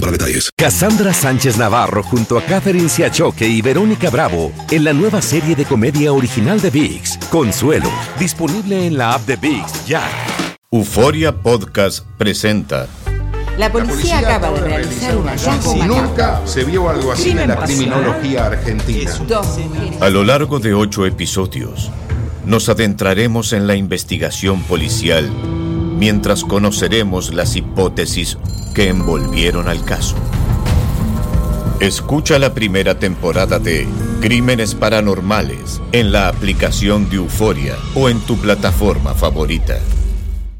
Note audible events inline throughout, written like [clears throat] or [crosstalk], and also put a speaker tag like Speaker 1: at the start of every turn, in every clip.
Speaker 1: para detalles.
Speaker 2: Cassandra Sánchez Navarro junto a Catherine Siachoque y Verónica Bravo en la nueva serie de comedia original de VIX, Consuelo, disponible en la app de VIX ya.
Speaker 3: Euforia Podcast presenta.
Speaker 4: La policía, acaba de realizar un hallazgo
Speaker 5: Si
Speaker 4: macabro.
Speaker 5: nunca se vio algo así en
Speaker 4: Crimen
Speaker 5: la
Speaker 4: pasional.
Speaker 5: criminología argentina.
Speaker 4: Dos mujeres.
Speaker 3: A lo largo de ocho episodios, nos adentraremos en la investigación policial mientras conoceremos las hipótesis que envolvieron al caso. Escucha la primera temporada de Crímenes Paranormales en la aplicación de Euforia o en tu plataforma favorita.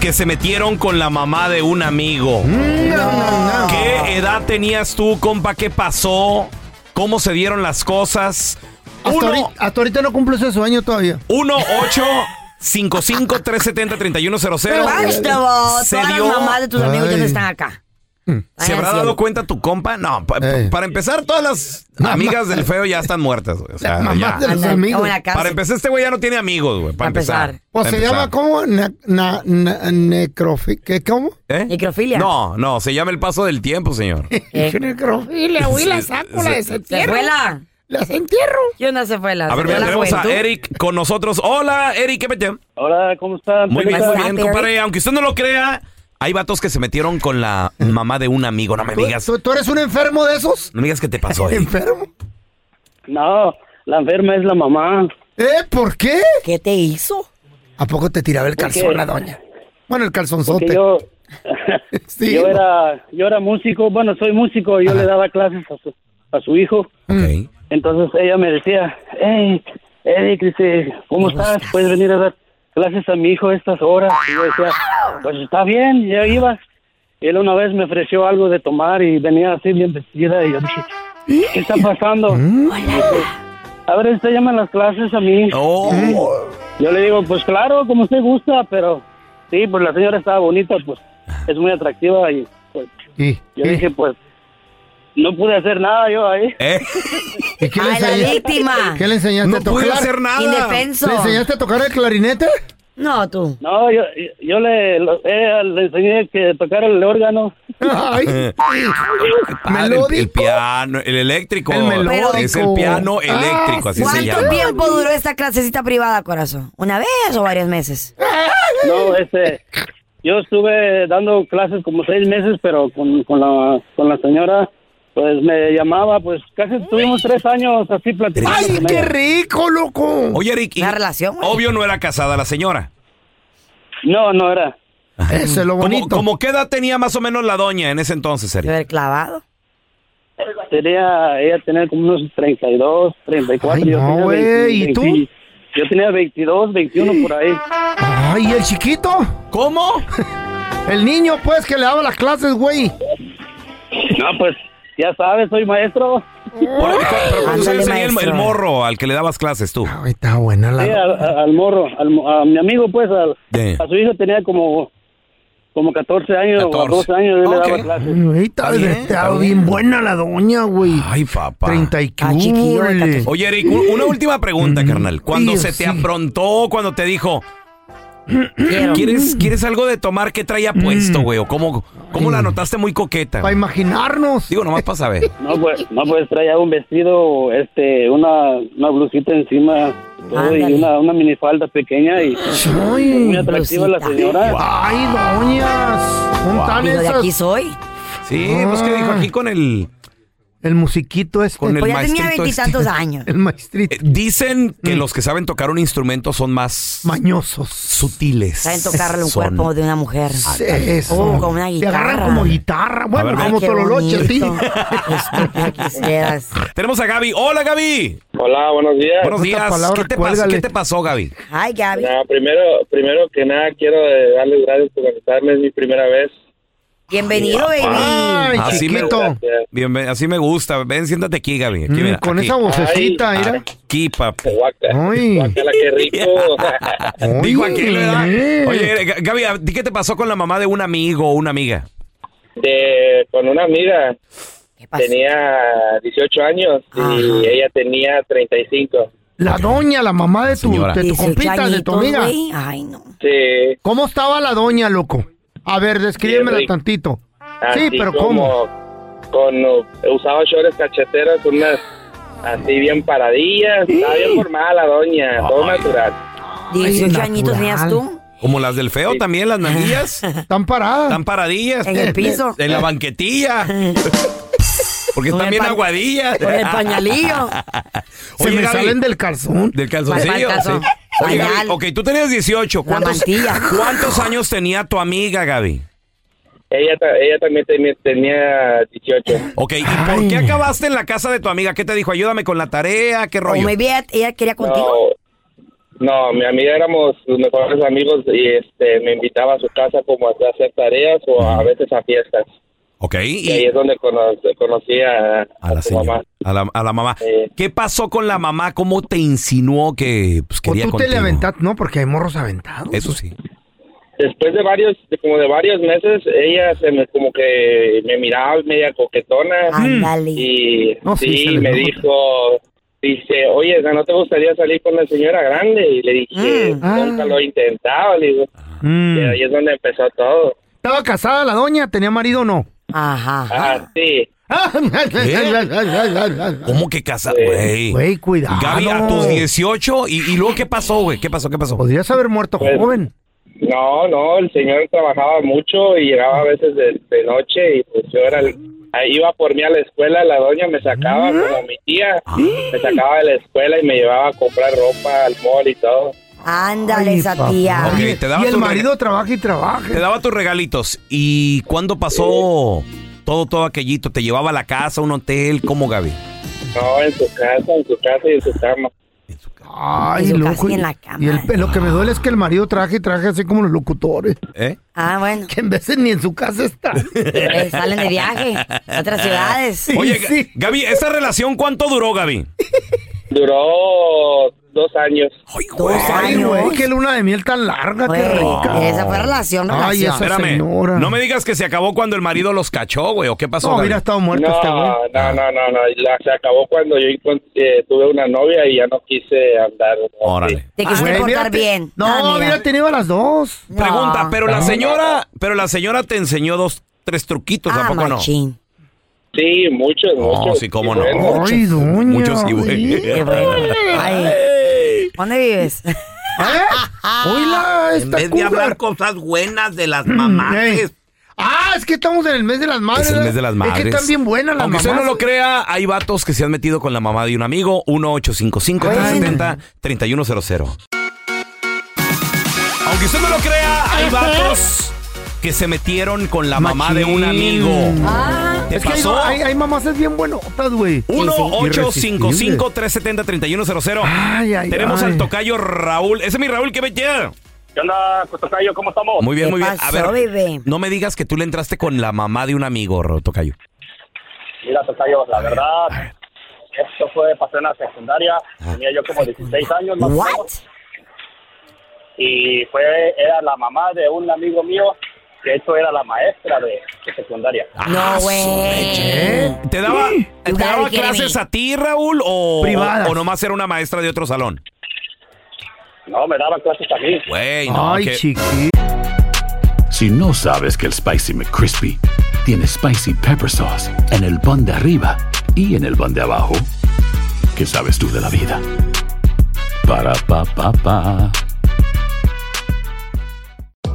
Speaker 6: que se metieron con la mamá de un amigo.
Speaker 7: Mm. Ah.
Speaker 6: ¿Qué edad tenías tú, compa? ¿Qué pasó? ¿Cómo se dieron las cosas?
Speaker 8: Hasta,
Speaker 6: Uno-
Speaker 8: ahorita, hasta ahorita no cumple ese sueño todavía.
Speaker 6: 1 8 55 370 3100
Speaker 7: Basta, vos.
Speaker 6: Se
Speaker 7: Todas
Speaker 6: dio-
Speaker 7: las mamás de tus amigos ya no
Speaker 8: Ay.
Speaker 7: están acá.
Speaker 6: ¿Se habrá
Speaker 7: Váyanse.
Speaker 6: dado cuenta tu compa? No, pa- pa-
Speaker 8: Ey.
Speaker 6: para empezar, todas
Speaker 8: [laughs]
Speaker 6: las amigas del feo ya están muertas, güey. O sea,
Speaker 8: Mamá
Speaker 6: ya.
Speaker 8: de los
Speaker 7: Andan-
Speaker 8: amigos.
Speaker 7: o en la casa.
Speaker 6: Para empezar, este güey ya no tiene amigos, güey.
Speaker 7: Para
Speaker 6: Para
Speaker 7: empezar.
Speaker 6: empezar.
Speaker 8: Pues
Speaker 6: Para
Speaker 8: se
Speaker 6: empezar.
Speaker 8: llama como na, na- na- necrofi- ¿Qué cómo?
Speaker 6: ¿Eh?
Speaker 7: Necrofilia.
Speaker 6: No, no, se llama el paso del tiempo, señor.
Speaker 7: Eh,
Speaker 8: Necrofilia, güey, la saco, la
Speaker 7: ¿Se
Speaker 8: desentierro.
Speaker 7: fue la?
Speaker 8: La desentierro.
Speaker 7: Yo no se fue la. [laughs]
Speaker 6: A ver, mira,
Speaker 7: la
Speaker 6: tenemos a
Speaker 7: juventud.
Speaker 6: Eric con nosotros. Hola, Eric, ¿qué metió?
Speaker 9: Hola, ¿cómo están?
Speaker 6: Muy bien, muy
Speaker 7: estás,
Speaker 6: bien,
Speaker 7: Eric?
Speaker 6: compadre. Aunque usted no lo crea, hay vatos que se metieron con la mamá de un amigo. No me
Speaker 8: ¿Tú,
Speaker 6: digas,
Speaker 8: tú- tú eres un enfermo de esos?
Speaker 6: no me digas qué
Speaker 8: [laughs]
Speaker 6: te pasó, Eric.
Speaker 8: ¿Enfermo?
Speaker 9: No, la enferma es la mamá.
Speaker 8: ¿Eh? ¿Por qué?
Speaker 7: ¿Qué te hizo?
Speaker 8: ¿A poco te tiraba el calzón
Speaker 9: qué?
Speaker 8: la doña? Bueno, el
Speaker 9: Porque
Speaker 8: calzonzote.
Speaker 9: yo,
Speaker 8: [laughs] Sí,
Speaker 9: yo era yo era músico, bueno, soy músico, yo le daba clases a su, a su hijo.
Speaker 6: Ok.
Speaker 9: Mm. Entonces ella me decía, hey, Eric, dice, ¿cómo estás? ¿Puedes venir a dar clases a mi hijo a estas horas? Y yo decía, pues está bien, ya ibas. Y él una vez me ofreció algo de tomar y venía así bien vestida y yo dije, ¿qué está pasando? Dice, A ver, usted llama a las clases a mi hijo.
Speaker 6: Oh,
Speaker 9: Yo le digo, pues claro, como usted gusta, pero sí, pues la señora estaba bonita, pues es muy atractiva y pues
Speaker 8: ¿Y,
Speaker 9: yo
Speaker 8: y-
Speaker 9: dije, pues no pude hacer nada yo
Speaker 8: [laughs]
Speaker 9: ahí.
Speaker 6: eh,
Speaker 8: y qué le
Speaker 7: Ay, la
Speaker 8: enseñaste?
Speaker 7: víctima.
Speaker 8: ¿Qué le enseñaste
Speaker 6: no
Speaker 8: a tocar?
Speaker 6: pude hacer nada.
Speaker 7: Indefenso.
Speaker 8: ¿Le enseñaste a tocar el clarinete?
Speaker 7: No, tú.
Speaker 9: No, yo, yo le, lo- eh, le enseñé que tocar el órgano.
Speaker 8: Ay,
Speaker 6: Ah, el- El,
Speaker 8: Melódico.
Speaker 6: piano, el eléctrico.
Speaker 8: El melódico.
Speaker 6: Es el piano eléctrico,
Speaker 8: Ah,
Speaker 6: así se
Speaker 7: ¿Cuánto
Speaker 6: llama.
Speaker 7: tiempo duró esta clasecita privada, corazón? ¿Una vez o varios meses?
Speaker 9: [laughs] No, este, yo estuve dando clases como seis meses, pero con, con, la, con la señora, pues me llamaba, pues casi estuvimos tres años así platicando.
Speaker 8: ¡Ay,
Speaker 9: con
Speaker 8: qué
Speaker 9: ella.
Speaker 8: rico, loco!
Speaker 6: Oye, Eric, y-
Speaker 7: Una relación, güey.
Speaker 6: obvio no era casada la señora.
Speaker 9: No, no era.
Speaker 8: Eso es lo
Speaker 6: ¿Cómo,
Speaker 8: bonito.
Speaker 6: cómo qué edad tenía más o menos la doña en ese entonces,
Speaker 7: ¿De
Speaker 6: Eric?
Speaker 7: haber clavado?
Speaker 9: Tenía, ella tenía como unos 32, 34.
Speaker 8: Ay,
Speaker 9: yo
Speaker 8: no,
Speaker 9: tenía
Speaker 8: güey,
Speaker 9: 20,
Speaker 8: ¿y tú?
Speaker 9: 20, Yo tenía 22, 21 por ahí.
Speaker 8: ¡Ay, el chiquito!
Speaker 6: ¿Cómo?
Speaker 8: [laughs] El niño, pues, que le daba las clases, güey.
Speaker 9: No, pues, ya sabes, soy maestro.
Speaker 6: Por- cu- pero ¿Cuántos
Speaker 7: Ándale,
Speaker 6: años tenía el,
Speaker 7: maestro.
Speaker 6: el morro al que le dabas clases tú?
Speaker 8: Ay, está buena
Speaker 9: Sí,
Speaker 8: la...
Speaker 9: al, a- al morro, al mo- a mi amigo, pues, al-
Speaker 6: Yeah.
Speaker 9: a su hijo tenía como, como 14 años
Speaker 6: 14.
Speaker 9: o 12 años, yo le
Speaker 6: Ok.
Speaker 9: daba clases.
Speaker 8: Ay, está
Speaker 6: Está bien,
Speaker 8: bien,
Speaker 6: está bien.
Speaker 8: bien buena la doña, güey.
Speaker 6: Ay, papá.
Speaker 8: Treinta y
Speaker 7: Ah, chiquillo de
Speaker 8: quúrele.
Speaker 7: 14.
Speaker 6: Oye, Eric, u- una última pregunta, carnal. Cuando
Speaker 8: Mm. Dios,
Speaker 6: se
Speaker 8: sí.
Speaker 6: te afrontó, cuando te dijo,
Speaker 7: Quiero.
Speaker 6: ¿quieres, ¿quieres algo de tomar que traía
Speaker 8: Mm.
Speaker 6: puesto, güey? ¿O cómo, cómo la notaste muy coqueta?
Speaker 8: Para
Speaker 6: güey?
Speaker 8: imaginarnos.
Speaker 6: Digo, nomás para saber.
Speaker 9: No, pues, no, pues, traía un vestido, este, una, una blusita encima, todo, y
Speaker 7: Ándale.
Speaker 9: una, una minifalda pequeña, y
Speaker 8: Ay,
Speaker 9: muy atractiva la
Speaker 7: blusita.
Speaker 8: [laughs]
Speaker 9: señora.
Speaker 8: ay, doñas. ¿Dónde están
Speaker 7: Digo, de aquí
Speaker 8: esas?
Speaker 7: soy.
Speaker 6: Sí, pues que dijo aquí con el...
Speaker 8: El musiquito este.
Speaker 6: Con el
Speaker 7: Pues ya tenía
Speaker 6: maestrito este.
Speaker 8: [laughs]
Speaker 7: veintitantos años.
Speaker 8: El maestrito. Mm.
Speaker 6: Eh, Dicen que los que saben tocar un instrumento son más
Speaker 8: Mañosos.
Speaker 6: sutiles.
Speaker 7: Saben tocarle un
Speaker 6: Son-
Speaker 7: cuerpo de una mujer.
Speaker 8: Eso.
Speaker 7: Oh, con una
Speaker 8: Te agarran
Speaker 7: guitarra.
Speaker 8: como guitarra. Bueno,
Speaker 6: ver,
Speaker 7: Ay,
Speaker 8: como
Speaker 7: qué
Speaker 8: tololoche, sí.
Speaker 7: bonito. Estúpida que
Speaker 8: [laughs]
Speaker 7: seas.
Speaker 6: Tenemos a Gaby. Hola, Gaby.
Speaker 10: Hola, buenos días.
Speaker 6: Buenos
Speaker 8: Esta
Speaker 6: días.
Speaker 8: palabra,
Speaker 6: ¿Qué te, pasó,
Speaker 8: cuélgale.
Speaker 6: ¿Qué te pasó, Gaby?
Speaker 7: Ay, Gaby.
Speaker 10: Nada, primero, primero que nada quiero eh, darles gracias por contestarme, es mi primera vez.
Speaker 7: Bienvenido, baby.
Speaker 8: Ay,
Speaker 6: Así me-
Speaker 8: chiquito.
Speaker 10: Gracias.
Speaker 6: Bienven- así me gusta. Ven, siéntate aquí, Gaby. Aquí,
Speaker 8: Mm,
Speaker 6: mira,
Speaker 8: con
Speaker 6: aquí.
Speaker 8: esa vocecita,
Speaker 10: Ay.
Speaker 8: mira.
Speaker 6: Aquí, papi.
Speaker 10: Guaca.
Speaker 8: Ay.
Speaker 10: Guacala, qué rico.
Speaker 6: Digo
Speaker 8: Oye.
Speaker 6: aquí, ¿verdad? Oye, G- Gaby, ¿a ti qué te pasó con la mamá de un amigo o una amiga?
Speaker 10: de, con una amiga,
Speaker 7: ¿Qué pasó?
Speaker 10: tenía 18 años y
Speaker 7: Ajá.
Speaker 10: ella tenía 35.
Speaker 8: La doña, la mamá de tu,
Speaker 6: Señora.
Speaker 8: de tu
Speaker 7: 18
Speaker 8: compita, de tu
Speaker 7: añitos,
Speaker 8: amiga.
Speaker 7: güey. Ay, no.
Speaker 10: Sí,
Speaker 8: ¿Cómo estaba la doña, loco? A ver, descríbemela
Speaker 10: Bien rica.
Speaker 8: tantito.
Speaker 10: así
Speaker 8: sí, pero ¿cómo?
Speaker 10: como con uh, usaba shorts cacheteros, unas así bien paradillas, estaba bien formada la doña, todo
Speaker 6: Ay.
Speaker 10: natural.
Speaker 7: 18
Speaker 8: natural.
Speaker 7: añitos tenías tú
Speaker 6: Como las del feo también, las narillas.
Speaker 8: ¿Están [laughs] paradas?
Speaker 6: Están paradillas.
Speaker 7: en el piso
Speaker 6: [laughs] En
Speaker 7: [laughs]
Speaker 6: la banquetilla. Porque
Speaker 7: Con el
Speaker 6: están bien
Speaker 7: pan-
Speaker 6: aguadillas.
Speaker 7: con el pañalillo.
Speaker 8: Se
Speaker 6: [laughs] Oye,
Speaker 8: me
Speaker 6: Gaby,
Speaker 8: salen del calzón.
Speaker 6: Del calzoncillo.
Speaker 7: Mal calzón.
Speaker 6: sí. Oye, Gaby,
Speaker 7: Pañal.
Speaker 6: ok, tú tenías 18.
Speaker 7: La
Speaker 6: ¿Cuántos,
Speaker 7: mantilla.
Speaker 6: ¿Cuántos años tenía tu amiga, Gaby?
Speaker 10: Ella, ta- ella también tenía, tenía 18.
Speaker 6: Ok, ¿y por qué acabaste en la casa de tu amiga? ¿Qué te dijo? Ayúdame con la tarea, qué
Speaker 7: O
Speaker 6: rollo.
Speaker 7: maybe ella- ella quería contigo.
Speaker 10: No, no, mi amiga éramos los mejores amigos y este me invitaba a su casa como a hacer tareas o a veces a fiestas.
Speaker 6: Ok,
Speaker 10: Y ahí
Speaker 6: y
Speaker 10: es donde cono- conocí a,
Speaker 6: a la
Speaker 10: su
Speaker 6: señora,
Speaker 10: mamá.
Speaker 6: a la, a la mamá.
Speaker 10: Sí.
Speaker 6: ¿Qué pasó con la mamá? ¿Cómo te insinuó que pues,
Speaker 8: O
Speaker 6: quería
Speaker 8: tú te
Speaker 6: contigo?
Speaker 8: le aventaste, no, porque hay morros aventados.
Speaker 6: Eso sí.
Speaker 10: Después de varios, de como de varios meses, ella se me como que me miraba media coquetona.
Speaker 7: Ándale.
Speaker 10: Y
Speaker 8: No, sí,
Speaker 10: sí,
Speaker 8: se les
Speaker 10: me
Speaker 8: nota.
Speaker 10: dijo, dice, oye, ¿no te gustaría salir con la señora grande? Y le dije,
Speaker 8: ah.
Speaker 10: nunca lo he intentado. Le digo,
Speaker 8: Mm.
Speaker 10: y ahí es donde empezó todo.
Speaker 8: ¿Estaba casada la doña? ¿Tenía marido o no? [laughs]
Speaker 7: Ajá.
Speaker 10: Ah, sí.
Speaker 6: ¿Eh? ¿Cómo que casa? Güey.
Speaker 8: Güey, cuidado.
Speaker 6: Gaby, a tus 18. ¿Y, y luego qué pasó, güey? ¿Qué pasó? ¿Qué pasó?
Speaker 8: Podrías haber muerto
Speaker 10: Pues-
Speaker 8: joven.
Speaker 10: No, no, el señor trabajaba mucho y llegaba a veces de, de noche y pues yo era el- ahí iba por mí a la escuela, la doña me sacaba
Speaker 8: ¿Mm?
Speaker 10: como mi tía, me sacaba de la escuela y me llevaba a comprar ropa al mall y todo.
Speaker 7: Ándale,
Speaker 8: Ay,
Speaker 7: esa
Speaker 8: papá.
Speaker 7: tía.
Speaker 6: Ok,
Speaker 8: Y-
Speaker 6: te daba
Speaker 8: y el
Speaker 6: tu
Speaker 8: marido trabaja y trabaja.
Speaker 6: Te daba tus regalitos. ¿Y cuándo pasó todo, todo aquellito? ¿Te llevaba a la casa, a un hotel? ¿Cómo, Gaby?
Speaker 10: No, en su casa, en su casa y en su cama.
Speaker 8: Ay,
Speaker 7: Y lo
Speaker 8: loco.
Speaker 7: casi
Speaker 8: Y,
Speaker 7: en la cama.
Speaker 8: y el pe- lo que me duele es que el marido traje y traje así como los locutores.
Speaker 6: ¿Eh?
Speaker 7: Ah, bueno.
Speaker 8: Que en veces ni en su casa
Speaker 6: [laughs]
Speaker 8: está.
Speaker 7: Eh, salen de viaje a otras ciudades.
Speaker 6: Oye,
Speaker 8: Sí, sí.
Speaker 6: Ga- Gaby, ¿esta relación cuánto duró, Gaby?
Speaker 10: Duró dos años.
Speaker 7: Dos
Speaker 8: Ay,
Speaker 7: años.
Speaker 8: güey, qué luna de miel tan larga, qué
Speaker 7: Güey,
Speaker 8: rica.
Speaker 7: esa fue relación,
Speaker 8: Ay,
Speaker 7: relación.
Speaker 8: esa-
Speaker 6: Espérame.
Speaker 8: señora.
Speaker 6: No me digas que se acabó cuando el marido los cachó, güey. ¿O qué pasó,
Speaker 8: No,
Speaker 6: Gaby?
Speaker 8: hubiera estado muerto
Speaker 10: No,
Speaker 8: este güey.
Speaker 10: no, no, no, no. La, se acabó cuando yo encon- eh, tuve una novia y ya no quise andar. ¿no? Sí.
Speaker 6: Órale.
Speaker 7: Te
Speaker 8: Ah,
Speaker 7: quisiste
Speaker 8: güey,
Speaker 7: portar
Speaker 8: mira, te-
Speaker 7: bien.
Speaker 8: No,
Speaker 7: Ah, mira.
Speaker 8: hubiera tenido a las dos.
Speaker 7: No.
Speaker 6: Pregunta, pero la señora, pero la señora te enseñó dos, tres truquitos, ¿a
Speaker 7: Ah,
Speaker 6: poco no?
Speaker 7: machín.
Speaker 10: Sí, muchos,
Speaker 6: No,
Speaker 10: muchos.
Speaker 6: sí, cómo no.
Speaker 10: bueno.
Speaker 8: Ay, doña.
Speaker 6: Muchos sí, güey.
Speaker 7: Qué bueno. Ay, ¿Dónde vives?
Speaker 8: ¿Eh? Oíla, esta cougar.
Speaker 6: cosas buenas de las
Speaker 8: Ey. Ah, es que estamos en el mes de las madres.
Speaker 6: Es el mes
Speaker 8: ¿verdad?
Speaker 6: de las madres.
Speaker 8: Es que están bien buenas las
Speaker 6: Aunque
Speaker 8: mamás.
Speaker 6: usted no lo crea, hay vatos que se han metido con la mamá de un amigo. 1-855-370-3100. Aunque usted no lo crea, hay vatos que se metieron con la mamá de un amigo.
Speaker 7: Ah.
Speaker 6: ¿Te
Speaker 8: es que hay,
Speaker 6: pasó?
Speaker 8: hay, hay mamás es bien buenotas, güey. Irresistibles.
Speaker 6: 1-855-370-3100.
Speaker 8: Ay, ay,
Speaker 6: Tenemos
Speaker 8: ay.
Speaker 6: al tocayo Raúl. Ese es mi Raúl, ¿qué metía?
Speaker 10: ¿Qué onda, Cotocayo? ¿Cómo estamos?
Speaker 6: Muy bien,
Speaker 7: ¿Qué
Speaker 6: muy bien.
Speaker 7: pasó, bebé?
Speaker 6: no me digas que tú le entraste con la mamá de un amigo, Ro- tocayo.
Speaker 10: Mira, Tocayo, la verdad, esto fue, pasó en la secundaria.
Speaker 6: Ah.
Speaker 10: Tenía yo como 16 años más o
Speaker 7: What?
Speaker 10: menos. Y fue, era la mamá de un amigo mío, que esto era la maestra de, de secundaria.
Speaker 6: Ah.
Speaker 7: No, güey.
Speaker 6: ¿Te daba, te
Speaker 7: You
Speaker 6: daba
Speaker 7: gotta be kidding
Speaker 6: clases
Speaker 7: me.
Speaker 6: a ti, Raúl, o,
Speaker 8: Privadas.
Speaker 6: o nomás era una maestra de otro salón?
Speaker 10: No, me daba clases a mí.
Speaker 6: Güey, no,
Speaker 8: Ay,
Speaker 6: que-
Speaker 8: chiqui.
Speaker 11: Si no sabes que el Spicy McCrispy tiene Spicy Pepper Sauce en el pan de arriba y en el pan de abajo, ¿qué sabes tú de la vida? Para, pa, pa, pa.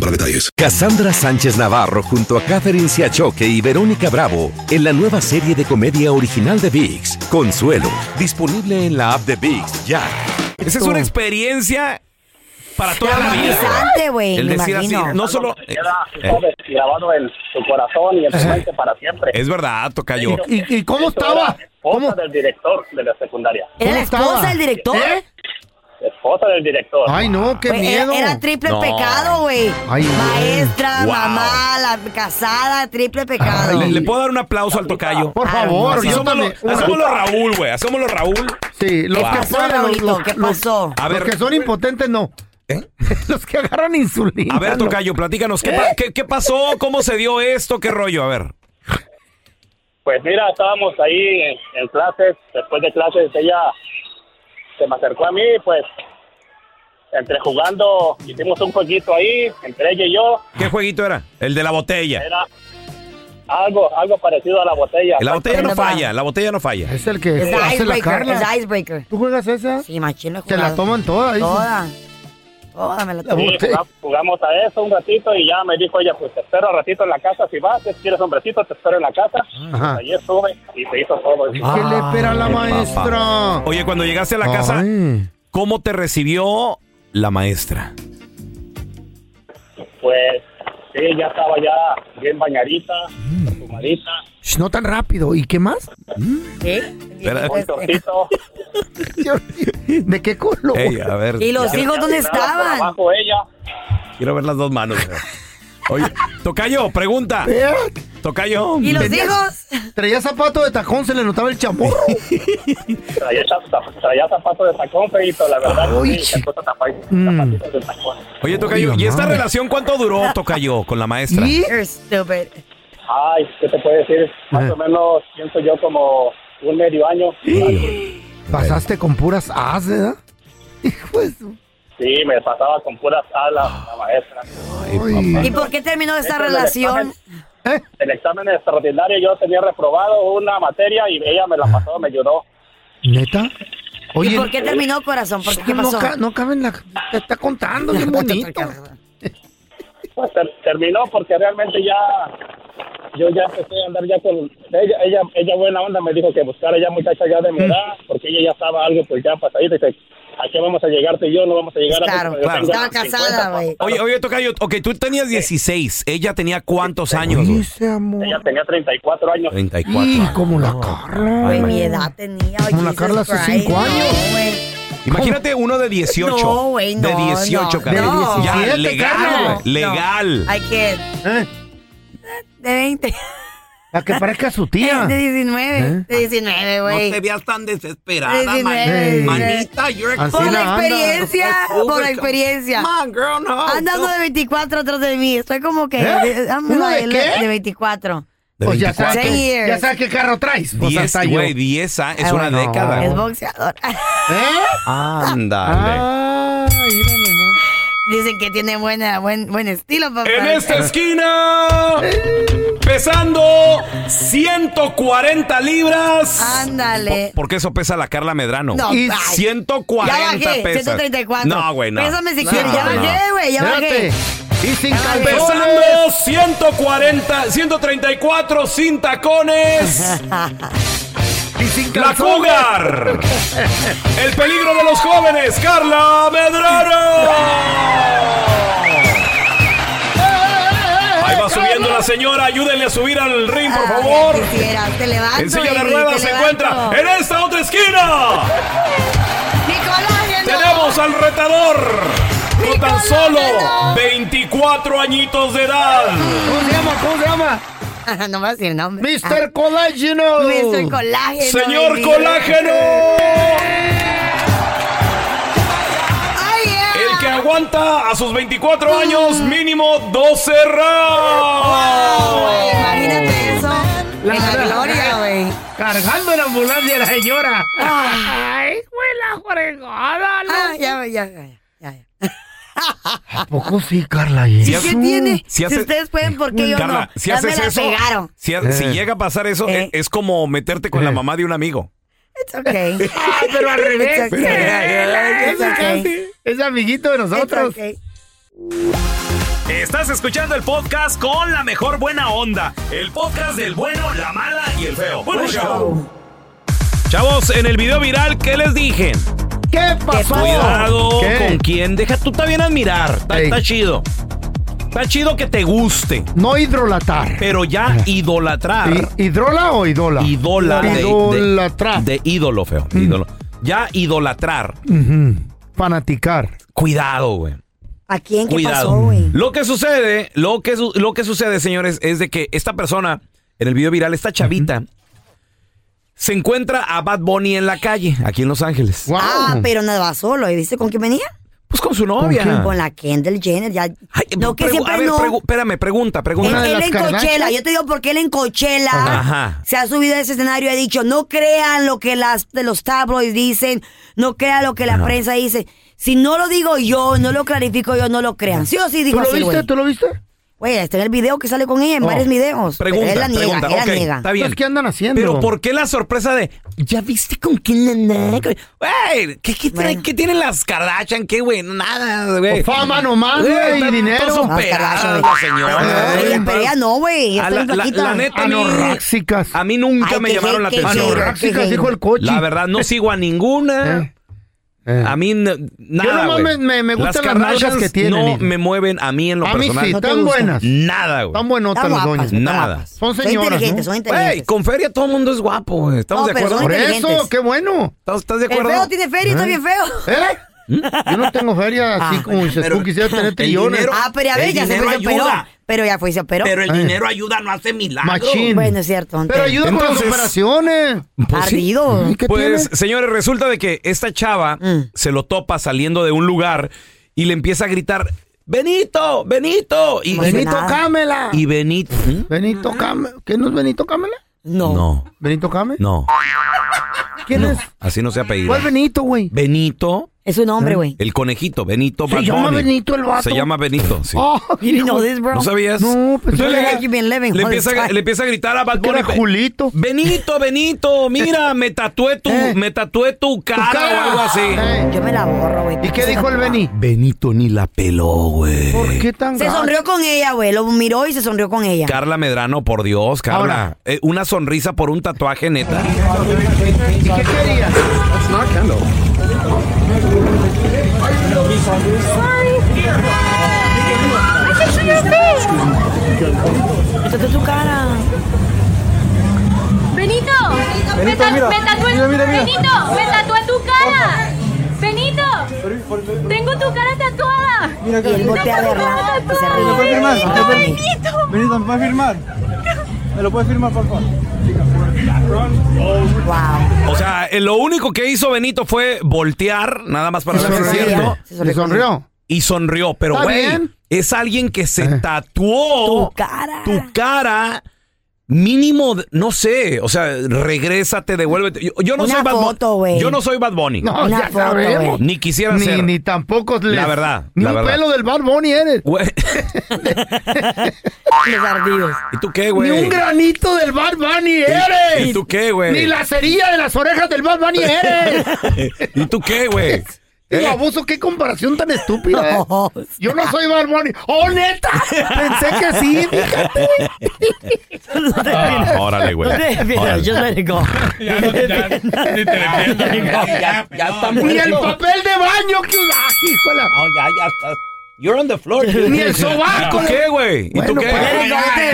Speaker 1: para detalles.
Speaker 2: Cassandra Sánchez Navarro junto a Catherine Siachoque y Verónica Bravo en la nueva serie de comedia original de VIX, Consuelo, disponible en la app de VIX ya.
Speaker 6: Esa es una experiencia para toda la vida.
Speaker 7: Traumatizante, güey,
Speaker 6: El
Speaker 7: me
Speaker 6: decir así,
Speaker 7: imagino.
Speaker 6: no solo... eh,
Speaker 12: grabado en su corazón y en su mente para siempre.
Speaker 6: Es verdad, tocayo.
Speaker 8: ¿Y, cómo
Speaker 12: estaba? Esposa del director de la secundaria.
Speaker 7: ¿Era la esposa del director?
Speaker 12: Esposa del director.
Speaker 8: Ay, no, qué
Speaker 7: Güey, Pues, era-
Speaker 8: miedo.
Speaker 7: Era, triple
Speaker 8: No.
Speaker 7: pecado, güey.
Speaker 8: Ay, güey.
Speaker 7: Maestra,
Speaker 6: Wow.
Speaker 7: mamá, la casada, triple pecado.
Speaker 6: ¿Le, le puedo dar un aplauso al tocayo?
Speaker 8: Por favor,
Speaker 6: Así
Speaker 8: yo
Speaker 6: somos
Speaker 8: también.
Speaker 6: lo- así somos los Raúl, güey. Hacemos los Raúl.
Speaker 8: Sí, los que pueden, los, los- los-
Speaker 6: A
Speaker 8: los
Speaker 6: ver. ¿Eh?
Speaker 8: que son impotentes no. [laughs] los que agarran insulina.
Speaker 6: A ver, Tocayo, platícanos, ¿qué,
Speaker 8: ¿Eh?
Speaker 6: pa- qué- qué pasó? ¿Cómo se dio esto? ¿Qué rollo? A ver.
Speaker 12: Pues mira, estábamos ahí en, en clases, después de clases ella se me acercó a mí, pues entre jugando, hicimos un jueguito ahí, entre ella y yo,
Speaker 8: Ah.
Speaker 6: ¿Qué jueguito era? El de la botella.
Speaker 12: era algo, algo parecido a la botella.
Speaker 6: La botella no falla, la botella no falla.
Speaker 8: Es el que
Speaker 7: Es
Speaker 8: hace la
Speaker 7: icebreaker,
Speaker 8: Carla.
Speaker 7: es icebreaker.
Speaker 8: ¿Tú juegas esa?
Speaker 7: Sí, machín lo he
Speaker 8: Te la
Speaker 7: jugado.
Speaker 8: toman toda, dices.
Speaker 7: Toda. Toda me la
Speaker 12: Sí,
Speaker 7: toman.
Speaker 12: jugamos- jugamos a eso un ratito y ya me dijo ella, pues te espero al ratito en la casa, si vas, si quieres hombrecito, te espero en la casa.
Speaker 6: Ajá.
Speaker 12: Pues, Ahí estuve y se hizo todo.
Speaker 8: ¿Qué le espera la maestra?
Speaker 6: Oye, cuando llegaste a la casa, ¿cómo te recibió la maestra?
Speaker 12: Pues sí, ya estaba ya bien bañadita, fumadita,
Speaker 8: Sh, No tan rápido. ¿Y qué más?
Speaker 6: Mm.
Speaker 7: Pues,
Speaker 12: un chorcito.
Speaker 8: ¿De qué color?
Speaker 6: Ey, a ver.
Speaker 12: Ya- ya estaba por Abajo ella.
Speaker 6: Quiero ver las dos manos.
Speaker 8: [laughs]
Speaker 6: güey. Oye, Tocayo, pregunta. Tocayo.
Speaker 8: Tenías- Traía zapato de tacón, se le notaba el
Speaker 6: [laughs]
Speaker 8: chamorro.
Speaker 6: Eh.
Speaker 12: Traía, zap- traía zapatos de tacón, feito, la verdad.
Speaker 8: Ay,
Speaker 12: sí, se puso zapa-
Speaker 8: Mm.
Speaker 12: zapatos de tacón.
Speaker 6: Oye, Tocayo,
Speaker 8: Oiga,
Speaker 6: ¿y esta
Speaker 8: madre.
Speaker 6: relación cuánto duró, Tocayo, con la maestra?
Speaker 8: ¿Y?
Speaker 7: You're stupid.
Speaker 12: Ay, ¿qué te puede decir? Más o menos, pienso yo, como un medio año.
Speaker 8: Pasaste con puras as, ¿verdad? Hijo de su-
Speaker 12: Sí, me pasaba con puras alas la maestra.
Speaker 7: ¿Y por qué terminó esta
Speaker 12: Entonces,
Speaker 7: relación?
Speaker 8: ¿Eh?
Speaker 12: El examen extraordinario yo tenía reprobado una materia y ella me la pasó, me ayudó.
Speaker 8: ¿Neta? Ah. Oye,
Speaker 7: ¿Y por qué terminó, corazón? ¿Por qué, ¿Qué
Speaker 8: no,
Speaker 7: pasó?
Speaker 8: ca- no cabe en la... Te está contando, bien bonito.
Speaker 12: Pues ter- terminó porque realmente ya yo ya empecé a andar ya con ella, ella, ella buena onda me dijo que buscara ya muchacha ya de mi
Speaker 8: Mm.
Speaker 12: edad, porque ella ya estaba algo pues ya pasadita, dice, ¿a qué vamos a llegar tú y yo? No vamos a llegar
Speaker 7: Claro,
Speaker 12: a
Speaker 6: claro.
Speaker 7: Estaba casada, güey.
Speaker 6: Oye, oye, Tocayo, ok, tú tenías 16, ella tenía cuántos años,
Speaker 8: Oye,
Speaker 6: güey?
Speaker 8: ese amor.
Speaker 12: Ella tenía 34 años.
Speaker 6: 34.
Speaker 8: Y como
Speaker 6: Ah,
Speaker 8: la
Speaker 7: Güey,
Speaker 8: Carla.
Speaker 7: mi edad tenía.
Speaker 8: Como la Carla hace cinco años.
Speaker 6: Imagínate uno de 18.
Speaker 7: No, güey, no,
Speaker 6: De 18,
Speaker 7: no,
Speaker 6: Carla.
Speaker 7: no.
Speaker 6: Ya,
Speaker 8: 17, Carla,
Speaker 6: legal,
Speaker 8: güey.
Speaker 6: legal.
Speaker 7: Hay que.
Speaker 8: ¿Eh?
Speaker 7: De 20.
Speaker 8: La que parezca su tía.
Speaker 7: [laughs] De 19.
Speaker 8: ¿Eh?
Speaker 7: De 19, güey.
Speaker 6: veas tan desesperada,
Speaker 7: 19.
Speaker 8: man-
Speaker 6: You're
Speaker 8: Así
Speaker 7: Por la
Speaker 8: la anda.
Speaker 7: experiencia, por la experiencia.
Speaker 6: girl, no.
Speaker 7: Anda uno de 24 atrás de mí. Estoy como que.
Speaker 8: ¿Eh?
Speaker 7: ando
Speaker 8: ¿Uno de
Speaker 7: él
Speaker 8: qué?
Speaker 7: De 24.
Speaker 8: Pues ya sabes,
Speaker 7: 24.
Speaker 8: que-
Speaker 7: Years.
Speaker 8: ya sabes qué carro traes. Pues hasta yo.
Speaker 6: güey, 10 ah, es
Speaker 7: Ah,
Speaker 6: una
Speaker 7: bueno,
Speaker 6: década.
Speaker 7: Es boxeador.
Speaker 8: ¿Eh?
Speaker 6: Ándale.
Speaker 8: Ah, mira nomás.
Speaker 7: Dicen que tiene buena, buen, buen estilo, papá.
Speaker 6: En esta esquina, pesando 140 libras.
Speaker 7: Ándale.
Speaker 6: Po- Porque eso pesa la Carla Medrano.
Speaker 7: No,
Speaker 8: Y
Speaker 7: ay.
Speaker 6: 140
Speaker 7: Ya bajé,
Speaker 6: pesas.
Speaker 7: 134.
Speaker 6: No, güey, no.
Speaker 7: Pésame si
Speaker 6: No,
Speaker 7: quieres. Ya
Speaker 6: no.
Speaker 7: bajé, güey, ya
Speaker 8: Espérate.
Speaker 7: bajé.
Speaker 8: Y sin
Speaker 7: bajé.
Speaker 8: calzones.
Speaker 6: Pesando 140, 134
Speaker 7: [laughs]
Speaker 6: sin tacones.
Speaker 8: Y sin
Speaker 6: La
Speaker 8: calzones.
Speaker 6: Cougar. [laughs] El peligro de los jóvenes, Carla Medrano. Ahí va subiendo la señora, ayúdenle a subir al ring, por
Speaker 7: Ay,
Speaker 6: favor.
Speaker 7: quisiera, te levanto,
Speaker 6: En silla de
Speaker 7: baby,
Speaker 6: ruedas
Speaker 7: te
Speaker 6: se
Speaker 7: levanto.
Speaker 6: encuentra en esta otra esquina.
Speaker 7: ¡Mi colágeno!
Speaker 6: Tenemos al retador con tan
Speaker 7: Nicolás
Speaker 6: solo
Speaker 7: Medrano.
Speaker 6: 24 añitos de edad.
Speaker 8: ¿Cómo se llama? ¿Cómo se llama?
Speaker 7: Ah, [laughs] no me vas a decir nombre.
Speaker 8: Mr. Colágeno.
Speaker 7: Ah, Mr. Colágeno.
Speaker 6: Señor
Speaker 7: baby.
Speaker 6: Colágeno,
Speaker 7: Ay, Mm. yeah.
Speaker 6: el que aguanta a sus 24 años mínimo 12 rounds.
Speaker 7: Imagínate eso. en la gloria, güey.
Speaker 8: Cargando en ambulancia la señora.
Speaker 7: Ay, güey, la fregada. Ah, ya, ya, ya.
Speaker 8: ¿A poco sí, Carla? ¿Y
Speaker 6: Si
Speaker 8: eso?
Speaker 6: hace-
Speaker 7: ¿Qué tiene?
Speaker 6: Si
Speaker 7: Si,
Speaker 6: hace-
Speaker 7: ustedes pueden, ¿por qué yo
Speaker 6: Carla,
Speaker 7: no?
Speaker 6: si
Speaker 7: Ya
Speaker 6: haces
Speaker 7: me la
Speaker 6: eso,
Speaker 7: pegaron. Eh.
Speaker 6: si, ha- si llega a pasar eso, e- es, como meterte con la mamá de un amigo.
Speaker 7: It's
Speaker 8: [laughs]
Speaker 7: okay.
Speaker 8: Ah, pero al revés.
Speaker 7: It's
Speaker 8: [laughs]
Speaker 7: okay.
Speaker 8: Es,
Speaker 7: It's okay.
Speaker 8: es amiguito de nosotros.
Speaker 7: It's okay.
Speaker 6: Estás escuchando el podcast con la mejor buena onda. El podcast del bueno, la mala y el feo. Bueno, show. Chavos, en el video viral, ¿qué les dije?
Speaker 8: ¿Qué pasó?
Speaker 6: Cuidado
Speaker 8: ¿Qué?
Speaker 6: con quién. Deja, tú también admirar. Está, está chido. Está chido que te guste.
Speaker 8: No hidrolatar.
Speaker 6: Pero ya idolatrar.
Speaker 8: ¿Hi- ¿Hidrola o idola?
Speaker 6: Idola. de- de-
Speaker 8: Idolatrar. Mm.
Speaker 6: De, ídolo, feo. ídolo. Ya idolatrar.
Speaker 8: Ujú. Fanaticar.
Speaker 6: Cuidado, güey.
Speaker 7: ¿A quién? ¿Qué
Speaker 6: Cuidado.
Speaker 7: pasó, güey?
Speaker 6: lo que sucede, lo que, su- lo que sucede, señores, es de que esta persona, en el video viral, esta chavita, se encuentra a Bad Bunny en la calle, aquí en Los Ángeles.
Speaker 7: Ah, pero nada va solo. ¿Y viste con quién venía?
Speaker 6: Pues con su novia.
Speaker 7: Con, la Kendall Jenner. Ya. no, que
Speaker 6: Pregu-
Speaker 7: siempre
Speaker 6: a ver,
Speaker 7: no.
Speaker 6: pregu- espérame, pregunta,
Speaker 7: Él,
Speaker 6: pregunta.
Speaker 7: él en Coachella, yo te digo porque él en Coachella
Speaker 6: Ajá.
Speaker 7: se ha subido a ese escenario y ha dicho, no crean lo que las, de los tabloides dicen, no crean lo que la prensa dice. Si no lo digo yo, no lo clarifico yo, no lo crean. Sí o sí digo
Speaker 8: ¿Tú lo
Speaker 7: así,
Speaker 8: viste?
Speaker 7: güey.
Speaker 8: ¿Tú lo viste?
Speaker 7: Güey, está en el video que sale con ella en
Speaker 8: Oh.
Speaker 7: varios videos. pero
Speaker 6: Pregunta,
Speaker 7: él la niega,
Speaker 6: pregunta.
Speaker 7: él la
Speaker 6: ok,
Speaker 7: niega.
Speaker 6: está bien.
Speaker 8: Entonces, ¿qué andan haciendo?
Speaker 6: Pero ¿por qué la sorpresa de ya viste con quién andé? Güey, ¿qué, qué, trae- qué tienen las Kardashian? ¿Qué, güey? Nada, güey.
Speaker 8: Pues fama nomás,
Speaker 6: Güey,
Speaker 8: güey, y
Speaker 6: están
Speaker 8: dinero.
Speaker 6: todas
Speaker 8: Las
Speaker 6: operadas,
Speaker 7: Kardashian,
Speaker 6: la
Speaker 7: güey.
Speaker 6: señora.
Speaker 7: Ella- pero ella no, güey. ella
Speaker 6: A
Speaker 7: está
Speaker 6: la,
Speaker 7: bien
Speaker 6: la-
Speaker 7: flaquita.
Speaker 6: la neta, a mí,
Speaker 8: Anorráxicas.
Speaker 6: a mí nunca
Speaker 7: Ay,
Speaker 6: me
Speaker 7: qué
Speaker 6: llamaron la
Speaker 7: gay, qué
Speaker 6: atención.
Speaker 7: gay.
Speaker 8: Anorráxicas, Ah, dijo el coche. Eh.
Speaker 6: La verdad, no sigo a ninguna. A mí, n- nada,
Speaker 8: nomás
Speaker 6: güey.
Speaker 8: me- me- me gustan las
Speaker 6: Kardashians
Speaker 8: nalgas que tienen,
Speaker 6: no
Speaker 8: hijo.
Speaker 6: me mueven a mí en lo
Speaker 8: A mí
Speaker 6: personal.
Speaker 8: sí,
Speaker 7: No te
Speaker 8: están
Speaker 7: gusta.
Speaker 8: buenas.
Speaker 6: Nada, güey.
Speaker 8: Están buenotas
Speaker 7: Están
Speaker 8: las
Speaker 7: guapas,
Speaker 8: doñas.
Speaker 7: están
Speaker 6: Nada.
Speaker 7: guapas.
Speaker 8: Son
Speaker 7: Son
Speaker 8: señoras,
Speaker 7: inteligentes,
Speaker 8: ¿no?
Speaker 7: son
Speaker 6: Güey,
Speaker 7: inteligentes.
Speaker 6: con feria todo el mundo es guapo, güey. ¿Estamos
Speaker 7: No,
Speaker 6: de
Speaker 7: pero
Speaker 6: acuerdo?
Speaker 7: son
Speaker 8: Por eso,
Speaker 7: inteligentes.
Speaker 8: qué bueno.
Speaker 6: ¿Estás, estás de
Speaker 7: El
Speaker 6: acuerdo? ¿Mm?
Speaker 7: feo tiene feria y está bien feo.
Speaker 8: ¿Eh? Yo no tengo feria así
Speaker 7: Ah,
Speaker 8: como dices
Speaker 6: pero- eh,
Speaker 8: tú quisiera
Speaker 6: el
Speaker 8: tener trillones.
Speaker 6: dinero-
Speaker 7: Ah, pero ya
Speaker 6: El
Speaker 7: ves, ya se
Speaker 6: dinero
Speaker 7: fue y se
Speaker 6: ayuda.
Speaker 7: operó. Pero ya fue y se operó.
Speaker 6: el dinero ayuda, no hace milagros.
Speaker 8: Eh. Machín.
Speaker 7: Bueno, es cierto. Pues
Speaker 8: Pero ayuda con las
Speaker 6: Entonces-
Speaker 8: operaciones.
Speaker 7: Ardido.
Speaker 8: ¿Y qué
Speaker 6: Pues,
Speaker 8: tiene?
Speaker 6: señores, resulta de que esta chava
Speaker 7: Mm.
Speaker 6: se lo topa saliendo de un lugar y le empieza a gritar, Benito, Benito. Y
Speaker 7: Benito
Speaker 6: Benito.
Speaker 7: Cam-
Speaker 8: Cámela.
Speaker 6: Y Benito. ¿Mm?
Speaker 8: Benito Cámela. ¿Qué no es Benito Cámela?
Speaker 7: No.
Speaker 6: No,
Speaker 8: ¿Benito Cámela?
Speaker 6: no,
Speaker 8: ¿Quién es?
Speaker 6: así no se apellida.
Speaker 8: ¿Cuál Benito, güey? ¿Eh?
Speaker 6: Benito,
Speaker 7: Es un hombre, güey.
Speaker 6: el conejito, Benito
Speaker 8: Se
Speaker 6: Bad
Speaker 8: llama
Speaker 6: Bunny.
Speaker 8: Benito el vato.
Speaker 6: Se llama Benito, sí.
Speaker 7: [laughs]
Speaker 8: Oh,
Speaker 7: You know this, bro.
Speaker 6: ¿No sabías?
Speaker 8: No, pues yo le
Speaker 6: Entonces
Speaker 7: like you've been living
Speaker 6: le
Speaker 7: all
Speaker 6: empieza,
Speaker 7: this
Speaker 6: a-
Speaker 7: time.
Speaker 6: le empieza a gritar a Bad
Speaker 8: que
Speaker 6: Bunny.
Speaker 8: era Julito.
Speaker 6: Benito, Benito, mira, me tatué tu,
Speaker 8: [laughs] Eh.
Speaker 6: me tatué tu cara,
Speaker 8: cara.
Speaker 6: o algo así.
Speaker 8: Eh,
Speaker 7: Yo me la borro, güey.
Speaker 8: ¿Y qué dijo el Beni?
Speaker 6: Benito ni la peló, güey.
Speaker 8: ¿Por qué tan
Speaker 7: Se
Speaker 8: gacho?
Speaker 7: sonrió con ella, güey. Lo miró y se sonrió con ella.
Speaker 6: Carla Medrano, por Dios, Carla.
Speaker 8: Ahora.
Speaker 6: Eh, una sonrisa por un tatuaje, neta.
Speaker 8: ¿Y qué quería?
Speaker 6: Ah,
Speaker 7: Esta es tu cara.
Speaker 13: Benito, me, ta- me tatué, Benito, me tatué tu cara. Benito, tengo tu cara tatuada.
Speaker 7: Y él voltea a
Speaker 13: tengo tu
Speaker 7: verla
Speaker 13: cara
Speaker 7: y
Speaker 13: tatuada.
Speaker 7: se ríe.
Speaker 13: Benito,
Speaker 7: Ajá.
Speaker 13: Benito.
Speaker 14: Benito, ¿me puedes firmar? ¿Me lo puedes firmar, por favor?
Speaker 7: Wow.
Speaker 6: O sea, eh, lo único que hizo Benito fue voltear, nada más para
Speaker 8: Se
Speaker 6: ver si es
Speaker 7: sonrió.
Speaker 6: cierto,
Speaker 7: Se
Speaker 8: ¿Le sonrió?
Speaker 6: y sonrió. Pero,
Speaker 8: Está
Speaker 6: güey,
Speaker 8: bien.
Speaker 6: es alguien que se
Speaker 8: Eh.
Speaker 7: Tu
Speaker 6: tatuó
Speaker 7: cara.
Speaker 6: tu cara. Mínimo, de- no sé, o sea, regrésate, devuélvete. Yo, yo no
Speaker 7: Una
Speaker 6: soy Bad Bunny.
Speaker 7: foto, güey.
Speaker 6: Yo no soy Bad Bunny.
Speaker 8: No,
Speaker 7: Una
Speaker 8: ya
Speaker 7: foto,
Speaker 8: sabemos.
Speaker 7: güey.
Speaker 6: Ni quisiera
Speaker 8: Ni,
Speaker 6: ser.
Speaker 8: ni tampoco les-
Speaker 6: La verdad,
Speaker 8: Ni
Speaker 6: la
Speaker 8: un
Speaker 6: verdad.
Speaker 8: pelo del Bad Bunny eres.
Speaker 6: Güey,
Speaker 7: Los ardidos.
Speaker 6: ¿Y tú qué, güey?
Speaker 8: Ni un granito del Bad Bunny eres.
Speaker 6: ¿Y tú qué, güey?
Speaker 8: Ni la cerilla de las orejas del Bad Bunny
Speaker 6: [laughs]
Speaker 8: eres.
Speaker 6: ¿Y tú qué, güey?
Speaker 8: Digo, abuso, qué comparación tan estúpida. eh.
Speaker 7: No.
Speaker 8: Yo no soy Bad Bunny. ¡Oh, neta! Pensé que
Speaker 6: [laughs]
Speaker 8: sí, fíjate.
Speaker 6: Ah,
Speaker 7: [laughs]
Speaker 6: órale, güey. Órale.
Speaker 7: Just let it go. [laughs]
Speaker 6: Ya, ya está
Speaker 8: Ni
Speaker 6: muerto.
Speaker 8: el papel de baño que... ¡Ah, híjola!
Speaker 6: No, ya, ya está. You're on the floor. dude.
Speaker 8: Ni el sobaco.
Speaker 6: ¿Y tú qué, güey? ¿Y
Speaker 8: Bueno,
Speaker 6: tú qué?
Speaker 8: pues,
Speaker 7: Let it go, no te
Speaker 6: ¿Y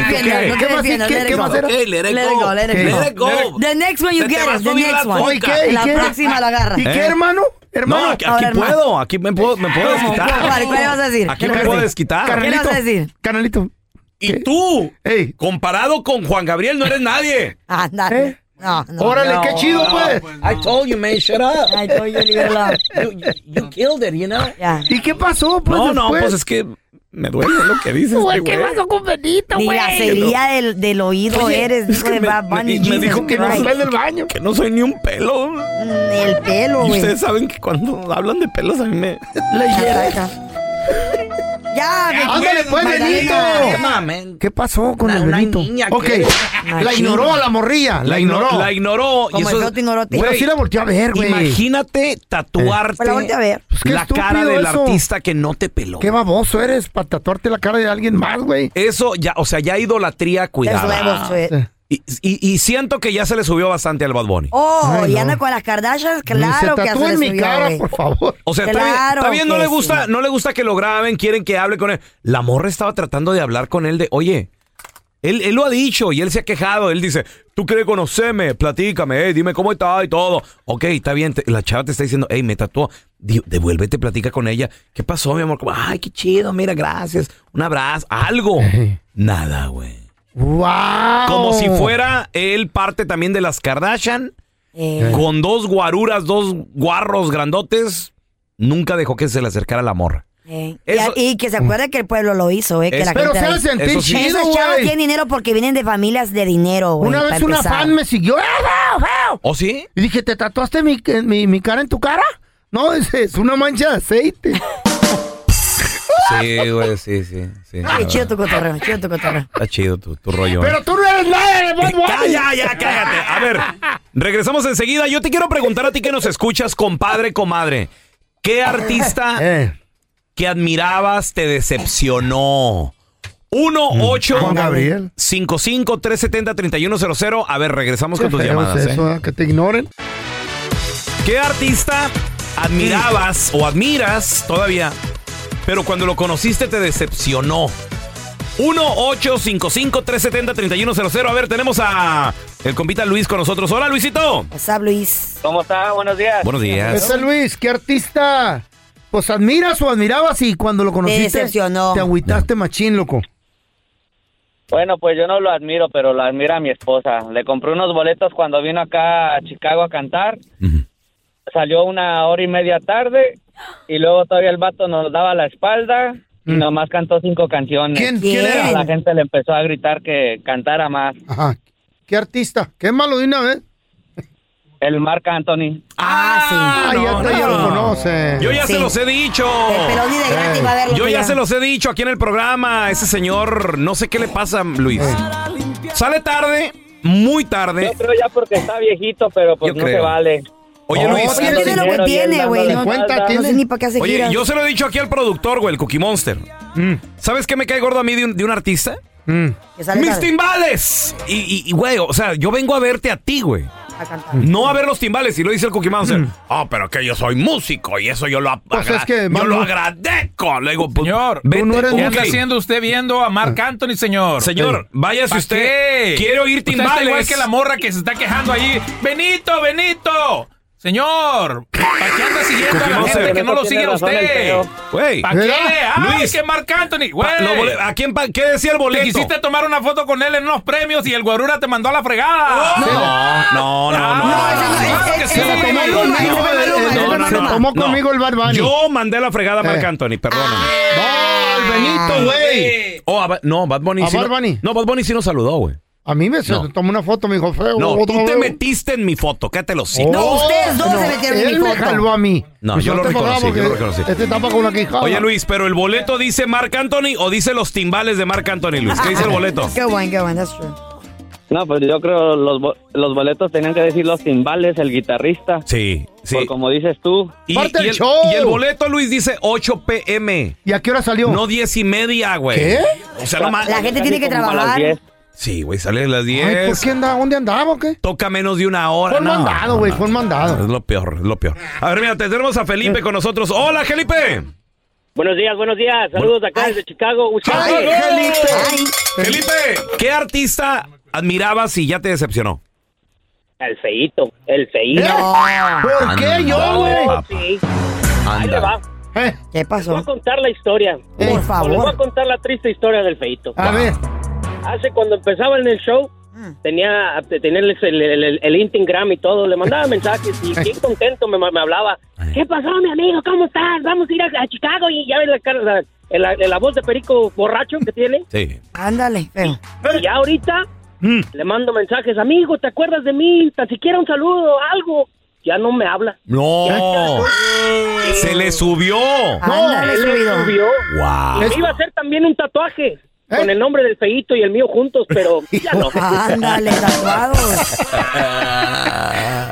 Speaker 6: tú
Speaker 7: defiendas, no
Speaker 6: qué?
Speaker 7: te
Speaker 8: ¿Qué
Speaker 7: defiendas,
Speaker 8: más- qué-
Speaker 7: let it
Speaker 8: qué
Speaker 7: go.
Speaker 8: más era?
Speaker 6: Ok, let it go.
Speaker 7: let it
Speaker 8: ¿Qué?
Speaker 7: go.
Speaker 6: Let it go.
Speaker 7: The next one you
Speaker 6: Se te
Speaker 7: get
Speaker 6: va a
Speaker 7: it. The
Speaker 6: subir la
Speaker 7: next one.
Speaker 8: ¿Y qué? ¿Y
Speaker 7: La
Speaker 8: qué?
Speaker 7: próxima la agarra.
Speaker 8: ¿Y qué,
Speaker 6: ¿Eh?
Speaker 8: hermano?
Speaker 6: No,
Speaker 8: Hermano.
Speaker 6: aquí
Speaker 7: Ahora,
Speaker 6: aquí
Speaker 7: hermano.
Speaker 6: puedo. Aquí me puedo, me puedo
Speaker 7: ¿Cuál,
Speaker 6: desquitar.
Speaker 7: cuál le vas a decir?
Speaker 6: Aquí me
Speaker 8: Espérate.
Speaker 6: puedo desquitar.
Speaker 7: Carnal.
Speaker 8: Carnalito,
Speaker 7: vas a decir?
Speaker 8: Carnalito.
Speaker 6: Y tú,
Speaker 8: Ey.
Speaker 6: comparado con Juan Gabriel, no eres nadie.
Speaker 7: Ándale.
Speaker 8: ¿Eh?
Speaker 7: No, no.
Speaker 8: Órale, qué chido, pues.
Speaker 15: I told you, man, shut up.
Speaker 7: I told you, leave [laughs] it
Speaker 8: [laughs]
Speaker 7: alone.
Speaker 15: You, you killed it, you know?
Speaker 8: ¿Y qué pasó, pues?
Speaker 6: No, no,
Speaker 8: después? Pues,
Speaker 6: pues es que me duele lo que dices,
Speaker 8: Güey,
Speaker 6: este güey.
Speaker 7: con Benito, Ni
Speaker 6: güey?
Speaker 7: la cerilla del, del oído
Speaker 6: Oye,
Speaker 7: eres,
Speaker 6: es
Speaker 7: hijo
Speaker 6: que
Speaker 7: de
Speaker 6: me-
Speaker 7: Bad
Speaker 6: me-
Speaker 7: Bunny.
Speaker 6: me
Speaker 7: Jesus
Speaker 6: dijo que no
Speaker 7: Christ.
Speaker 6: sale del baño. Que no soy ni un pelo.
Speaker 7: Ni el pelo,
Speaker 6: Y
Speaker 7: güey. Eh.
Speaker 6: ustedes saben que cuando hablan de pelos a mí me...
Speaker 7: Ya, Benito.
Speaker 8: Ándale, pues, Benito.
Speaker 7: Magdalena.
Speaker 8: ¿Qué pasó con
Speaker 15: Una-
Speaker 8: el
Speaker 15: una
Speaker 8: Benito?
Speaker 15: niña que-
Speaker 8: ok, la
Speaker 15: Machín.
Speaker 8: ignoró a la morrilla, la ignoró.
Speaker 6: La ignoró. y
Speaker 7: Como el
Speaker 6: eso-
Speaker 7: Toti Noroti.
Speaker 8: Pero
Speaker 6: Güey,
Speaker 8: sí la volteó a ver, güey.
Speaker 6: Imagínate tatuarte
Speaker 7: Pues la volteé a ver.
Speaker 8: Pues qué
Speaker 6: la
Speaker 8: estúpido
Speaker 6: cara del
Speaker 8: eso.
Speaker 6: artista que no te peló.
Speaker 8: Qué baboso eres para tatuarte la cara de alguien más, güey. Ah.
Speaker 6: Eso ya, o sea, ya idolatría,
Speaker 7: huevos,
Speaker 6: cuidado.
Speaker 7: güey.
Speaker 6: Y, y- y siento que ya se le subió bastante al Bad Bunny.
Speaker 7: Oh,
Speaker 8: Ay,
Speaker 7: y
Speaker 8: no.
Speaker 7: anda con las Kardashians,
Speaker 8: Se
Speaker 7: claro que
Speaker 8: tatúa
Speaker 7: hace
Speaker 8: en mi cara, por favor.
Speaker 6: O sea, está bien-
Speaker 7: Claro
Speaker 6: está bien, no
Speaker 7: que
Speaker 6: le gusta,
Speaker 7: sí.
Speaker 6: no le gusta que lo graben, quieren que hable con él. La morra estaba tratando de hablar con él de, oye, él, él lo ha dicho y él se ha quejado. Él dice, tú quieres conocerme, platícame, hey, dime cómo está y todo. Ok, está bien, te- la chava te está diciendo, hey, me tatuó. Di- Devuélvete, platica con ella. ¿Qué pasó, mi amor? Como, Ay, qué chido, mira, gracias. Un abrazo, algo. Nada, güey.
Speaker 8: ¡Wow!
Speaker 6: Como si fuera él parte también de las Kardashian,
Speaker 7: Eh,
Speaker 6: con dos guaruras, dos guarros grandotes. Nunca dejó que se le acercara
Speaker 7: [laughs]
Speaker 6: la morra.
Speaker 7: eh. Y
Speaker 6: Eso-
Speaker 7: a- Y, que se acuerde que el pueblo lo hizo, eh, que la
Speaker 8: Pero
Speaker 7: gente
Speaker 8: se
Speaker 7: ahí-
Speaker 8: hace sentir
Speaker 6: Eso sí.
Speaker 8: chido,
Speaker 7: Esos chavos
Speaker 8: güey.
Speaker 7: tienen dinero porque vienen de familias de dinero, güey.
Speaker 8: Una
Speaker 7: para
Speaker 8: vez una
Speaker 7: empezar.
Speaker 8: fan me siguió. ¡Eh, feo, feo!
Speaker 6: ¿O ¿Oh, sí?
Speaker 8: Y dije, ¿te tatuaste mi, eh, mi, mi cara en tu cara? No, [laughs] es, es una mancha de aceite.
Speaker 6: Sí, güey, sí, sí. sí
Speaker 7: Ay, chido tu cotorreo, chido tu cotorreo.
Speaker 6: Está chido tu, tu rollo. ¿eh?
Speaker 8: Pero tú no eres nadie de Bad Bunny.
Speaker 6: [laughs] Ya, ya, ya, cállate. A ver, regresamos enseguida. Yo te quiero preguntar a ti que nos escuchas, compadre, comadre. ¿Qué artista
Speaker 8: [laughs] Eh,
Speaker 6: que admirabas te decepcionó? 1 8
Speaker 8: Mm. Juan Gabriel.
Speaker 6: 55 370 3100 A ver, regresamos
Speaker 8: qué
Speaker 6: con tus
Speaker 8: feo
Speaker 6: llamadas.
Speaker 8: es
Speaker 6: ¿eh?
Speaker 8: eso, ¿eh? que te ignoren.
Speaker 6: ¿Qué artista admirabas o admiras todavía, pero cuando lo conociste te decepcionó? 1-855-370-3100. A ver, tenemos a el compita Luis con nosotros. Hola, Luisito.
Speaker 7: O sea, Luis.
Speaker 9: ¿Cómo está? Buenos días.
Speaker 6: Buenos días.
Speaker 8: Ese Luis, ¿qué artista? Pues admiras o admirabas y cuando lo conociste
Speaker 7: decepcionó.
Speaker 8: te agüitaste machín, loco.
Speaker 9: Bueno, pues yo no lo admiro, pero lo admira mi esposa. Le compré unos boletos cuando vino acá a Chicago a cantar. Salió una hora y media tarde y luego todavía el vato nos daba la espalda y nomás cantó cinco canciones.
Speaker 8: Mm. ¿Quién?
Speaker 7: ¿Quién?
Speaker 8: ¿Quién
Speaker 9: A la
Speaker 8: era?
Speaker 9: gente le empezó a gritar que cantara más.
Speaker 8: Ajá. ¿Qué artista? ¿Qué malo de una vez?
Speaker 9: El Marc Anthony.
Speaker 7: Ah,
Speaker 8: Ah,
Speaker 7: sí.
Speaker 8: ya,
Speaker 6: no,
Speaker 8: te- ya
Speaker 6: no.
Speaker 8: lo conoce.
Speaker 6: Yo ya
Speaker 7: Sí.
Speaker 6: se los he dicho.
Speaker 7: El pelón y de gratis
Speaker 8: Eh.
Speaker 7: va a verlo.
Speaker 6: Yo ya
Speaker 7: mira.
Speaker 6: se los he dicho aquí en el programa. Ese señor, no sé qué le pasa, Luis. Sale tarde, muy tarde.
Speaker 9: Yo creo ya porque está viejito, pero pues
Speaker 6: Yo
Speaker 9: no
Speaker 6: creo.
Speaker 9: se vale.
Speaker 6: Oye,
Speaker 8: No,
Speaker 6: Luis.
Speaker 7: Oye,
Speaker 8: Sí,
Speaker 7: tiene
Speaker 8: sí,
Speaker 7: lo que
Speaker 9: dinero y él
Speaker 7: tiene,
Speaker 9: dándole
Speaker 7: güey. No,
Speaker 8: cuenta,
Speaker 7: no sé
Speaker 8: tiene.
Speaker 7: ni para qué hace
Speaker 6: Oye,
Speaker 7: giras.
Speaker 6: yo se lo he dicho aquí al productor, güey, el Cookie Monster.
Speaker 16: Mm.
Speaker 6: ¿Sabes qué me cae gordo a mí de un, de un artista?
Speaker 8: Mm.
Speaker 7: Que sale
Speaker 6: ¡Mis
Speaker 7: tarde
Speaker 6: timbales! Y- Y, y, güey, o sea, yo vengo a verte a ti, güey.
Speaker 7: a cantar.
Speaker 6: No a ver los timbales, y lo dice el Cookie Monster.
Speaker 16: Mm.
Speaker 6: Ah, pero que yo soy músico y eso yo lo, ap-
Speaker 8: Pues
Speaker 6: agra-
Speaker 8: es que,
Speaker 6: yo
Speaker 8: Manu-
Speaker 6: lo agradezco. Le digo, pues,
Speaker 16: Señor,
Speaker 6: vete,
Speaker 8: tú no eres
Speaker 6: ok. Ah.
Speaker 16: ¿Qué está haciendo usted viendo a Mark Anthony, señor?
Speaker 6: Señor, vaya si
Speaker 16: ¿Pa'
Speaker 6: usted
Speaker 16: qué?
Speaker 6: quiere oír
Speaker 16: Usted está
Speaker 6: timbales.
Speaker 16: igual que la morra que se está quejando allí. ¡Benito, Benito! Señor, ¿para qué anda siguiendo a la
Speaker 6: Cookie
Speaker 16: gente
Speaker 6: Monster.
Speaker 16: que no lo
Speaker 9: Tiene
Speaker 16: sigue a
Speaker 9: razón el
Speaker 16: usted?
Speaker 9: feo.
Speaker 6: Güey,
Speaker 16: ¿Para qué?
Speaker 8: ¿Verdad?
Speaker 16: ¡Ay,
Speaker 6: Luis.
Speaker 16: que Mark Anthony!
Speaker 6: pa- lo
Speaker 16: ¡Güey!
Speaker 6: bole- ¿a quién pa- qué decía el
Speaker 16: Te
Speaker 6: boleto?
Speaker 16: quisiste tomar una foto con él en unos premios y el guarura te mandó a la fregada.
Speaker 6: Oh, No, no, no, no.
Speaker 16: Ah,
Speaker 6: no, no.
Speaker 16: claro que
Speaker 7: ese
Speaker 16: sí,
Speaker 7: no,
Speaker 16: güey.
Speaker 7: ese
Speaker 8: Tomó
Speaker 7: no,
Speaker 8: conmigo,
Speaker 7: no, no,
Speaker 8: eh, eh,
Speaker 7: no, no,
Speaker 8: Se
Speaker 7: no.
Speaker 8: tomó conmigo el Bad Bunny.
Speaker 6: Yo mandé la fregada a Marc
Speaker 8: Eh.
Speaker 6: Anthony, perdóname.
Speaker 8: No, el
Speaker 16: Ah,
Speaker 8: Benito, güey.
Speaker 6: Oh, a Ba- no, Bad Bunny
Speaker 8: ¿A
Speaker 6: sí.
Speaker 8: Bad
Speaker 6: no-
Speaker 8: Bunny?
Speaker 6: No, Bad Bunny sí nos saludó, güey.
Speaker 8: A mí me se
Speaker 6: No.
Speaker 8: tomó una foto, me dijo feo.
Speaker 6: No,
Speaker 8: otro
Speaker 6: tú te
Speaker 8: feo.
Speaker 6: metiste en mi foto, cállate los
Speaker 8: Oh,
Speaker 6: hocico.
Speaker 7: No, ustedes dos se metieron en mi
Speaker 8: él me
Speaker 7: foto.
Speaker 8: jaló a mí.
Speaker 6: No,
Speaker 8: Pues
Speaker 6: yo lo
Speaker 8: te pagaba
Speaker 6: reconocí, yo lo
Speaker 8: porque
Speaker 6: reconocí.
Speaker 8: Este tapa con una quijada.
Speaker 6: Oye, Luis, pero el boleto dice Marc Anthony o dice los timbales de Marc Anthony, Luis. ¿Qué
Speaker 7: [laughs]
Speaker 8: Ah,
Speaker 6: dice el boleto?
Speaker 7: Qué bueno, qué bueno, that's true.
Speaker 9: No, pues yo creo los, bo- los boletos tenían que decir los timbales, el guitarrista.
Speaker 6: Sí, sí.
Speaker 9: Por como dices tú.
Speaker 6: Y,
Speaker 8: Parte
Speaker 6: y
Speaker 8: del
Speaker 6: el,
Speaker 8: show.
Speaker 6: y el boleto, Luis, dice 8 pm.
Speaker 8: ¿Y a qué hora salió?
Speaker 6: No 10 y media, güey.
Speaker 8: ¿Qué?
Speaker 6: O sea, no más.
Speaker 7: La gente tiene que
Speaker 9: Como a las
Speaker 7: trabajar.
Speaker 9: 10.
Speaker 6: Sí, güey, sale a las
Speaker 8: Ay,
Speaker 6: 10.
Speaker 8: ¿por qué andaba? ¿Dónde andaba o qué?
Speaker 6: Toca menos de una hora.
Speaker 8: Fue un
Speaker 6: No,
Speaker 8: mandado,
Speaker 6: no,
Speaker 8: güey,
Speaker 6: no.
Speaker 8: fue un mandado.
Speaker 6: Es lo peor, es lo peor. A ver, mira, tenemos a Felipe con nosotros. Hola, Felipe.
Speaker 9: Buenos días, buenos días. Saludos de acá desde Chicago.
Speaker 8: ¡Ay,
Speaker 9: Chicago.
Speaker 8: Felipe!
Speaker 6: Felipe, ¿qué artista admirabas y ya te decepcionó?
Speaker 9: El feíto, el feíto.
Speaker 8: ¿Eh?
Speaker 6: Ah,
Speaker 8: ¿Por qué yo, güey?
Speaker 6: Papá.
Speaker 9: Sí. Ahí le va.
Speaker 7: ¿Qué
Speaker 8: Eh,
Speaker 9: Les voy a
Speaker 7: pasó?
Speaker 9: contar la historia.
Speaker 8: Eh,
Speaker 7: Por
Speaker 9: Les voy a
Speaker 7: favor.
Speaker 9: contar la triste historia del feíto.
Speaker 8: a ver,
Speaker 9: Hace cuando empezaba en el show,
Speaker 7: Mm.
Speaker 17: tenía, tenía el, el, el- el Instagram y todo, le mandaba mensajes y bien contento me, me hablaba. ¿Qué pasó, mi amigo? ¿Cómo estás? Vamos a ir a, a Chicago y ya ves la cara, la, la- la voz de perico borracho que tiene.
Speaker 6: Sí.
Speaker 7: Ándale, feo.
Speaker 17: Y ya ahorita le mando mensajes, amigo, ¿te acuerdas de mí? Tan siquiera un saludo, algo. Ya no me habla.
Speaker 6: No. Se le subió.
Speaker 17: Ándale, se Ah, le subió.
Speaker 6: Wow.
Speaker 17: Y me iba a hacer también un tatuaje. Con el nombre del feíto y el mío juntos, pero ya no.
Speaker 7: Ándale, tatuado.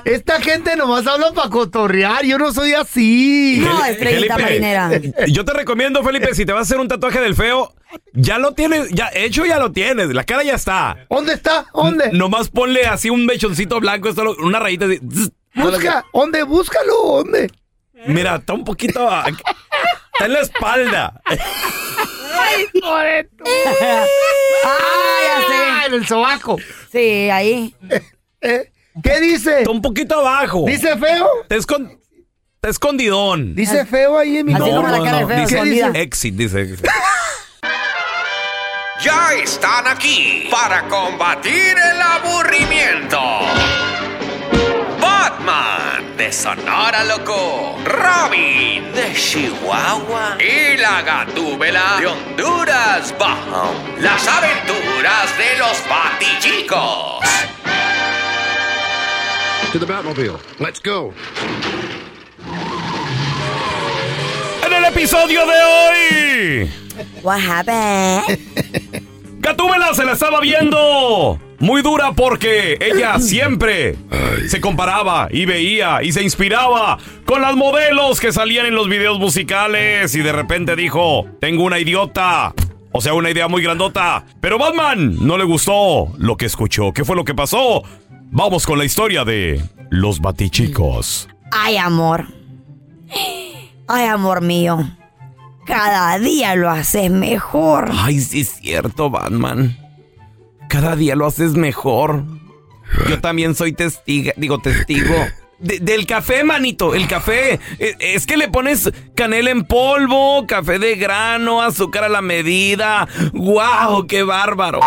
Speaker 8: Esta gente nomás habla para cotorrear, yo no soy así.
Speaker 6: Yo te recomiendo, Felipe, si te vas a hacer un tatuaje del feo, ya lo tienes, ya hecho ya lo tienes, la cara ya está.
Speaker 8: ¿Dónde está? ¿Dónde?
Speaker 6: nomás ponle así un mechoncito blanco, solo una rayita así.
Speaker 8: Busca, ¿dónde? Búscalo, ¿dónde?
Speaker 6: Mira, está un poquito. a- Está en la espalda.
Speaker 8: ¡Ay, [laughs] Coreto! ¡Ah, ya sé! En el sobaco.
Speaker 7: Sí, ahí.
Speaker 8: ¿Eh? ¿Qué dice?
Speaker 6: Está un poquito abajo.
Speaker 8: ¿Dice feo?
Speaker 6: Está, escon- está escondidón. Eh,
Speaker 8: Dice feo ahí en mi
Speaker 6: No,
Speaker 8: nombre.
Speaker 6: no, no, dice,
Speaker 8: ¿Qué dice?
Speaker 6: Exit, dice.
Speaker 10: Ya están aquí para combatir el aburrimiento. Batman de Sonora Loco, Robin de Chihuahua y la Gatúbela de Honduras Bajo. Las aventuras de los Batichicos.
Speaker 5: To the Batmobile. Let's go.
Speaker 6: En el episodio de hoy.
Speaker 7: What happened?
Speaker 6: Gatúbela se la estaba viendo muy dura porque ella
Speaker 7: [clears throat]
Speaker 6: siempre se comparaba y veía y se inspiraba con las modelos que salían en los videos musicales y de repente dijo, tengo una idiota. O sea, una idea muy grandota. Pero Batman no le gustó lo que escuchó. ¿Qué fue lo que pasó? Vamos con la historia de los batichicos.
Speaker 7: Ay, amor. Ay, amor mío. Cada día lo haces mejor.
Speaker 6: Ay, sí es cierto, Batman. Cada día lo haces mejor. Yo también soy testigo, digo testigo. De- del café, manito, el café. Eh, Es que le pones canela en polvo, café de grano, azúcar a la medida. ¡Guau, qué bárbaro!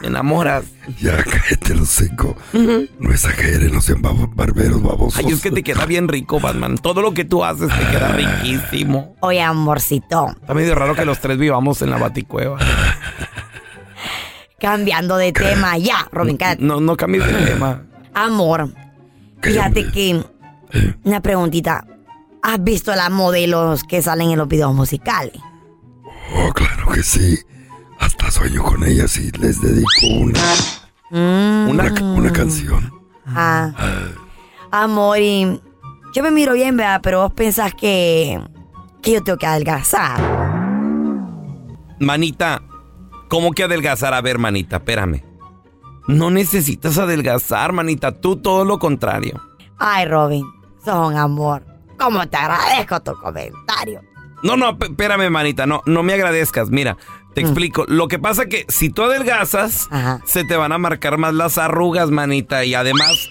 Speaker 6: Me enamoras.
Speaker 18: Ya [laughs] cállate los cinco. No exageren, no sean babo- barberos babosos.
Speaker 6: Ay, es que te queda bien rico, Batman. Todo lo que tú haces te queda riquísimo.
Speaker 7: Oye, amorcito.
Speaker 6: Está medio raro que los tres vivamos en la baticueva.
Speaker 7: Cambiando de tema. Ya, Robin, cállate.
Speaker 6: No, no cambies de tema.
Speaker 7: Amor, fíjate que una preguntita. ¿Has visto las modelos que salen en los videos musicales?
Speaker 18: Oh, claro que sí. Hasta sueño con ellas y les dedico una, una, ca-
Speaker 6: Mm.
Speaker 18: una canción.
Speaker 7: Mm. Ah. Amor, y yo me miro bien, ¿verdad? Pero vos pensás que, que yo tengo que adelgazar.
Speaker 6: Manita, ¿cómo que adelgazar? A ver, manita, espérame. No necesitas adelgazar, manita. Tú todo lo contrario.
Speaker 7: Ay, Robin, sos un amor. ¿Cómo te agradezco tu comentario?
Speaker 6: No, no, p- espérame, manita. No, no me agradezcas. Mira, te explico. Lo que pasa que si tú adelgazas, se te van a marcar más las arrugas, manita. Y además,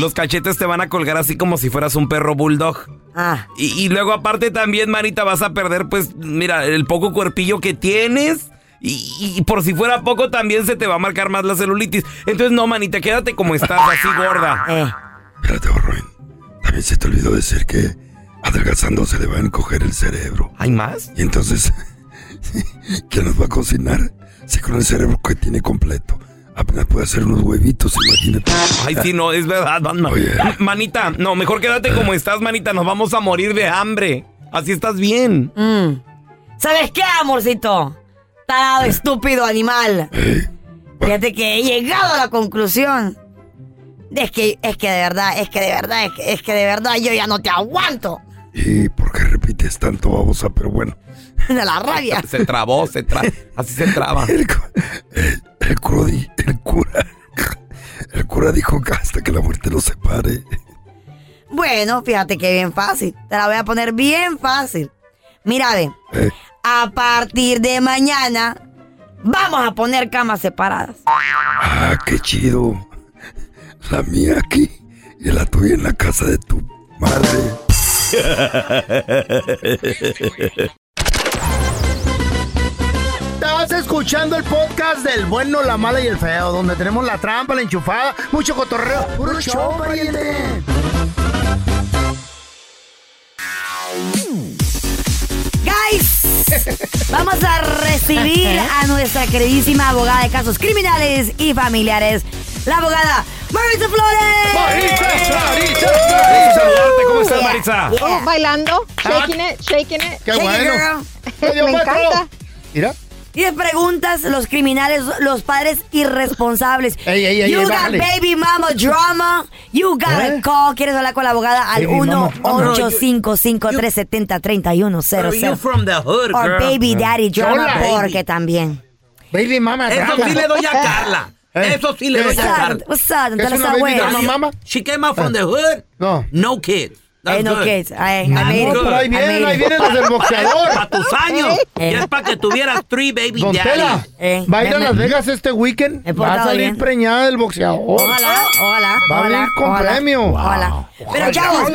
Speaker 6: los cachetes te van a colgar así como si fueras un perro bulldog.
Speaker 7: Ah.
Speaker 6: Y, y luego aparte también, manita, vas a perder, pues, mira, el poco cuerpillo que tienes. Y, y por si fuera poco, también se te va a marcar más la celulitis. Entonces, no, manita, quédate como estás, así gorda.
Speaker 18: Espérate, oh, Robin. También se te olvidó decir que adelgazando se le va a encoger el cerebro.
Speaker 6: ¿Hay más?
Speaker 18: Y entonces, [laughs] ¿quién nos va a cocinar? Si con el cerebro que tiene completo, apenas puede hacer unos huevitos, imagínate.
Speaker 6: Ay, sí, no, es verdad, Batman. Manita, no, mejor quédate como estás, manita. Nos vamos a morir de hambre. Así estás bien.
Speaker 7: Mm. ¿Sabes qué, amorcito? Tarado, estúpido animal. Fíjate que he llegado a la conclusión. Es que, es que de verdad, es que de verdad, es que, es que de verdad yo ya no te aguanto.
Speaker 18: [laughs]
Speaker 7: [laughs]
Speaker 18: ¿Y por qué repites tanto, babosa? Pero bueno,
Speaker 7: De la rabia.
Speaker 6: Se trabó, se tra... así se traba.
Speaker 18: el cura, di- el cura, el cura dijo que hasta que la muerte los separe.
Speaker 7: Bueno, fíjate que bien fácil. Te la voy a poner bien fácil. Mira, ve.
Speaker 18: Eh,
Speaker 7: A partir de mañana vamos a poner camas separadas.
Speaker 18: Ah, qué chido. La mía aquí y la tuya en la casa de tu madre.
Speaker 8: Estás escuchando el podcast del bueno, la mala y el feo, donde tenemos la trampa, la enchufada, mucho cotorreo. ¡Puro show, pariente!
Speaker 7: Guys, vamos a recibir a nuestra queridísima abogada de casos criminales y familiares, la abogada Maritza Flores.
Speaker 6: Gusto saludarte. ¿Cómo estás, Maritza?
Speaker 19: Yo bailando, shaking it, shaking it.
Speaker 7: Qué
Speaker 19: Shake it,
Speaker 7: bueno.
Speaker 19: girl.
Speaker 7: Qué
Speaker 19: [laughs] Me
Speaker 7: bien,
Speaker 19: encanta.
Speaker 8: Mira.
Speaker 7: Diez preguntas, los criminales, los padres irresponsables.
Speaker 8: ey, ey,
Speaker 7: you got
Speaker 8: bájale.
Speaker 7: baby mama drama. You got a call. ¿Quieres hablar con la abogada? Al
Speaker 15: Baby mama.
Speaker 7: 1-855-370-3100.
Speaker 15: Pero you from the hood,
Speaker 7: Or
Speaker 15: girl.
Speaker 7: baby daddy drama,
Speaker 15: Hola, baby.
Speaker 7: porque también.
Speaker 8: Baby mama
Speaker 15: Eso sí le doy a Carla.
Speaker 8: Eh.
Speaker 15: Eso sí le doy a Carla.
Speaker 7: What's up?
Speaker 15: ¿Qué es
Speaker 7: Entonces,
Speaker 15: una baby
Speaker 7: abuela.
Speaker 15: mama, mama? She came out from the hood.
Speaker 8: No.
Speaker 15: No kids. That's
Speaker 7: Hey, no
Speaker 15: good.
Speaker 7: kids. I- I made it.
Speaker 8: pero ahí I vienen, made ahí it. vienen los del boxeador.
Speaker 15: [laughs] Para tus años.
Speaker 8: Eh.
Speaker 15: Ya es para que tuvieras three baby
Speaker 8: Don Tela,
Speaker 15: daddies.
Speaker 6: Eh,
Speaker 7: Eh,
Speaker 8: va a ir a Las Vegas este weekend. Va a
Speaker 15: portado
Speaker 8: salir
Speaker 15: bien.
Speaker 8: preñada del boxeador.
Speaker 7: Ojalá, ojalá.
Speaker 8: Va a
Speaker 7: ojalá,
Speaker 8: venir con
Speaker 7: ojalá,
Speaker 8: premio.
Speaker 7: Ojalá.
Speaker 8: Wow.
Speaker 7: Pero
Speaker 8: Ojalá.
Speaker 7: chavos,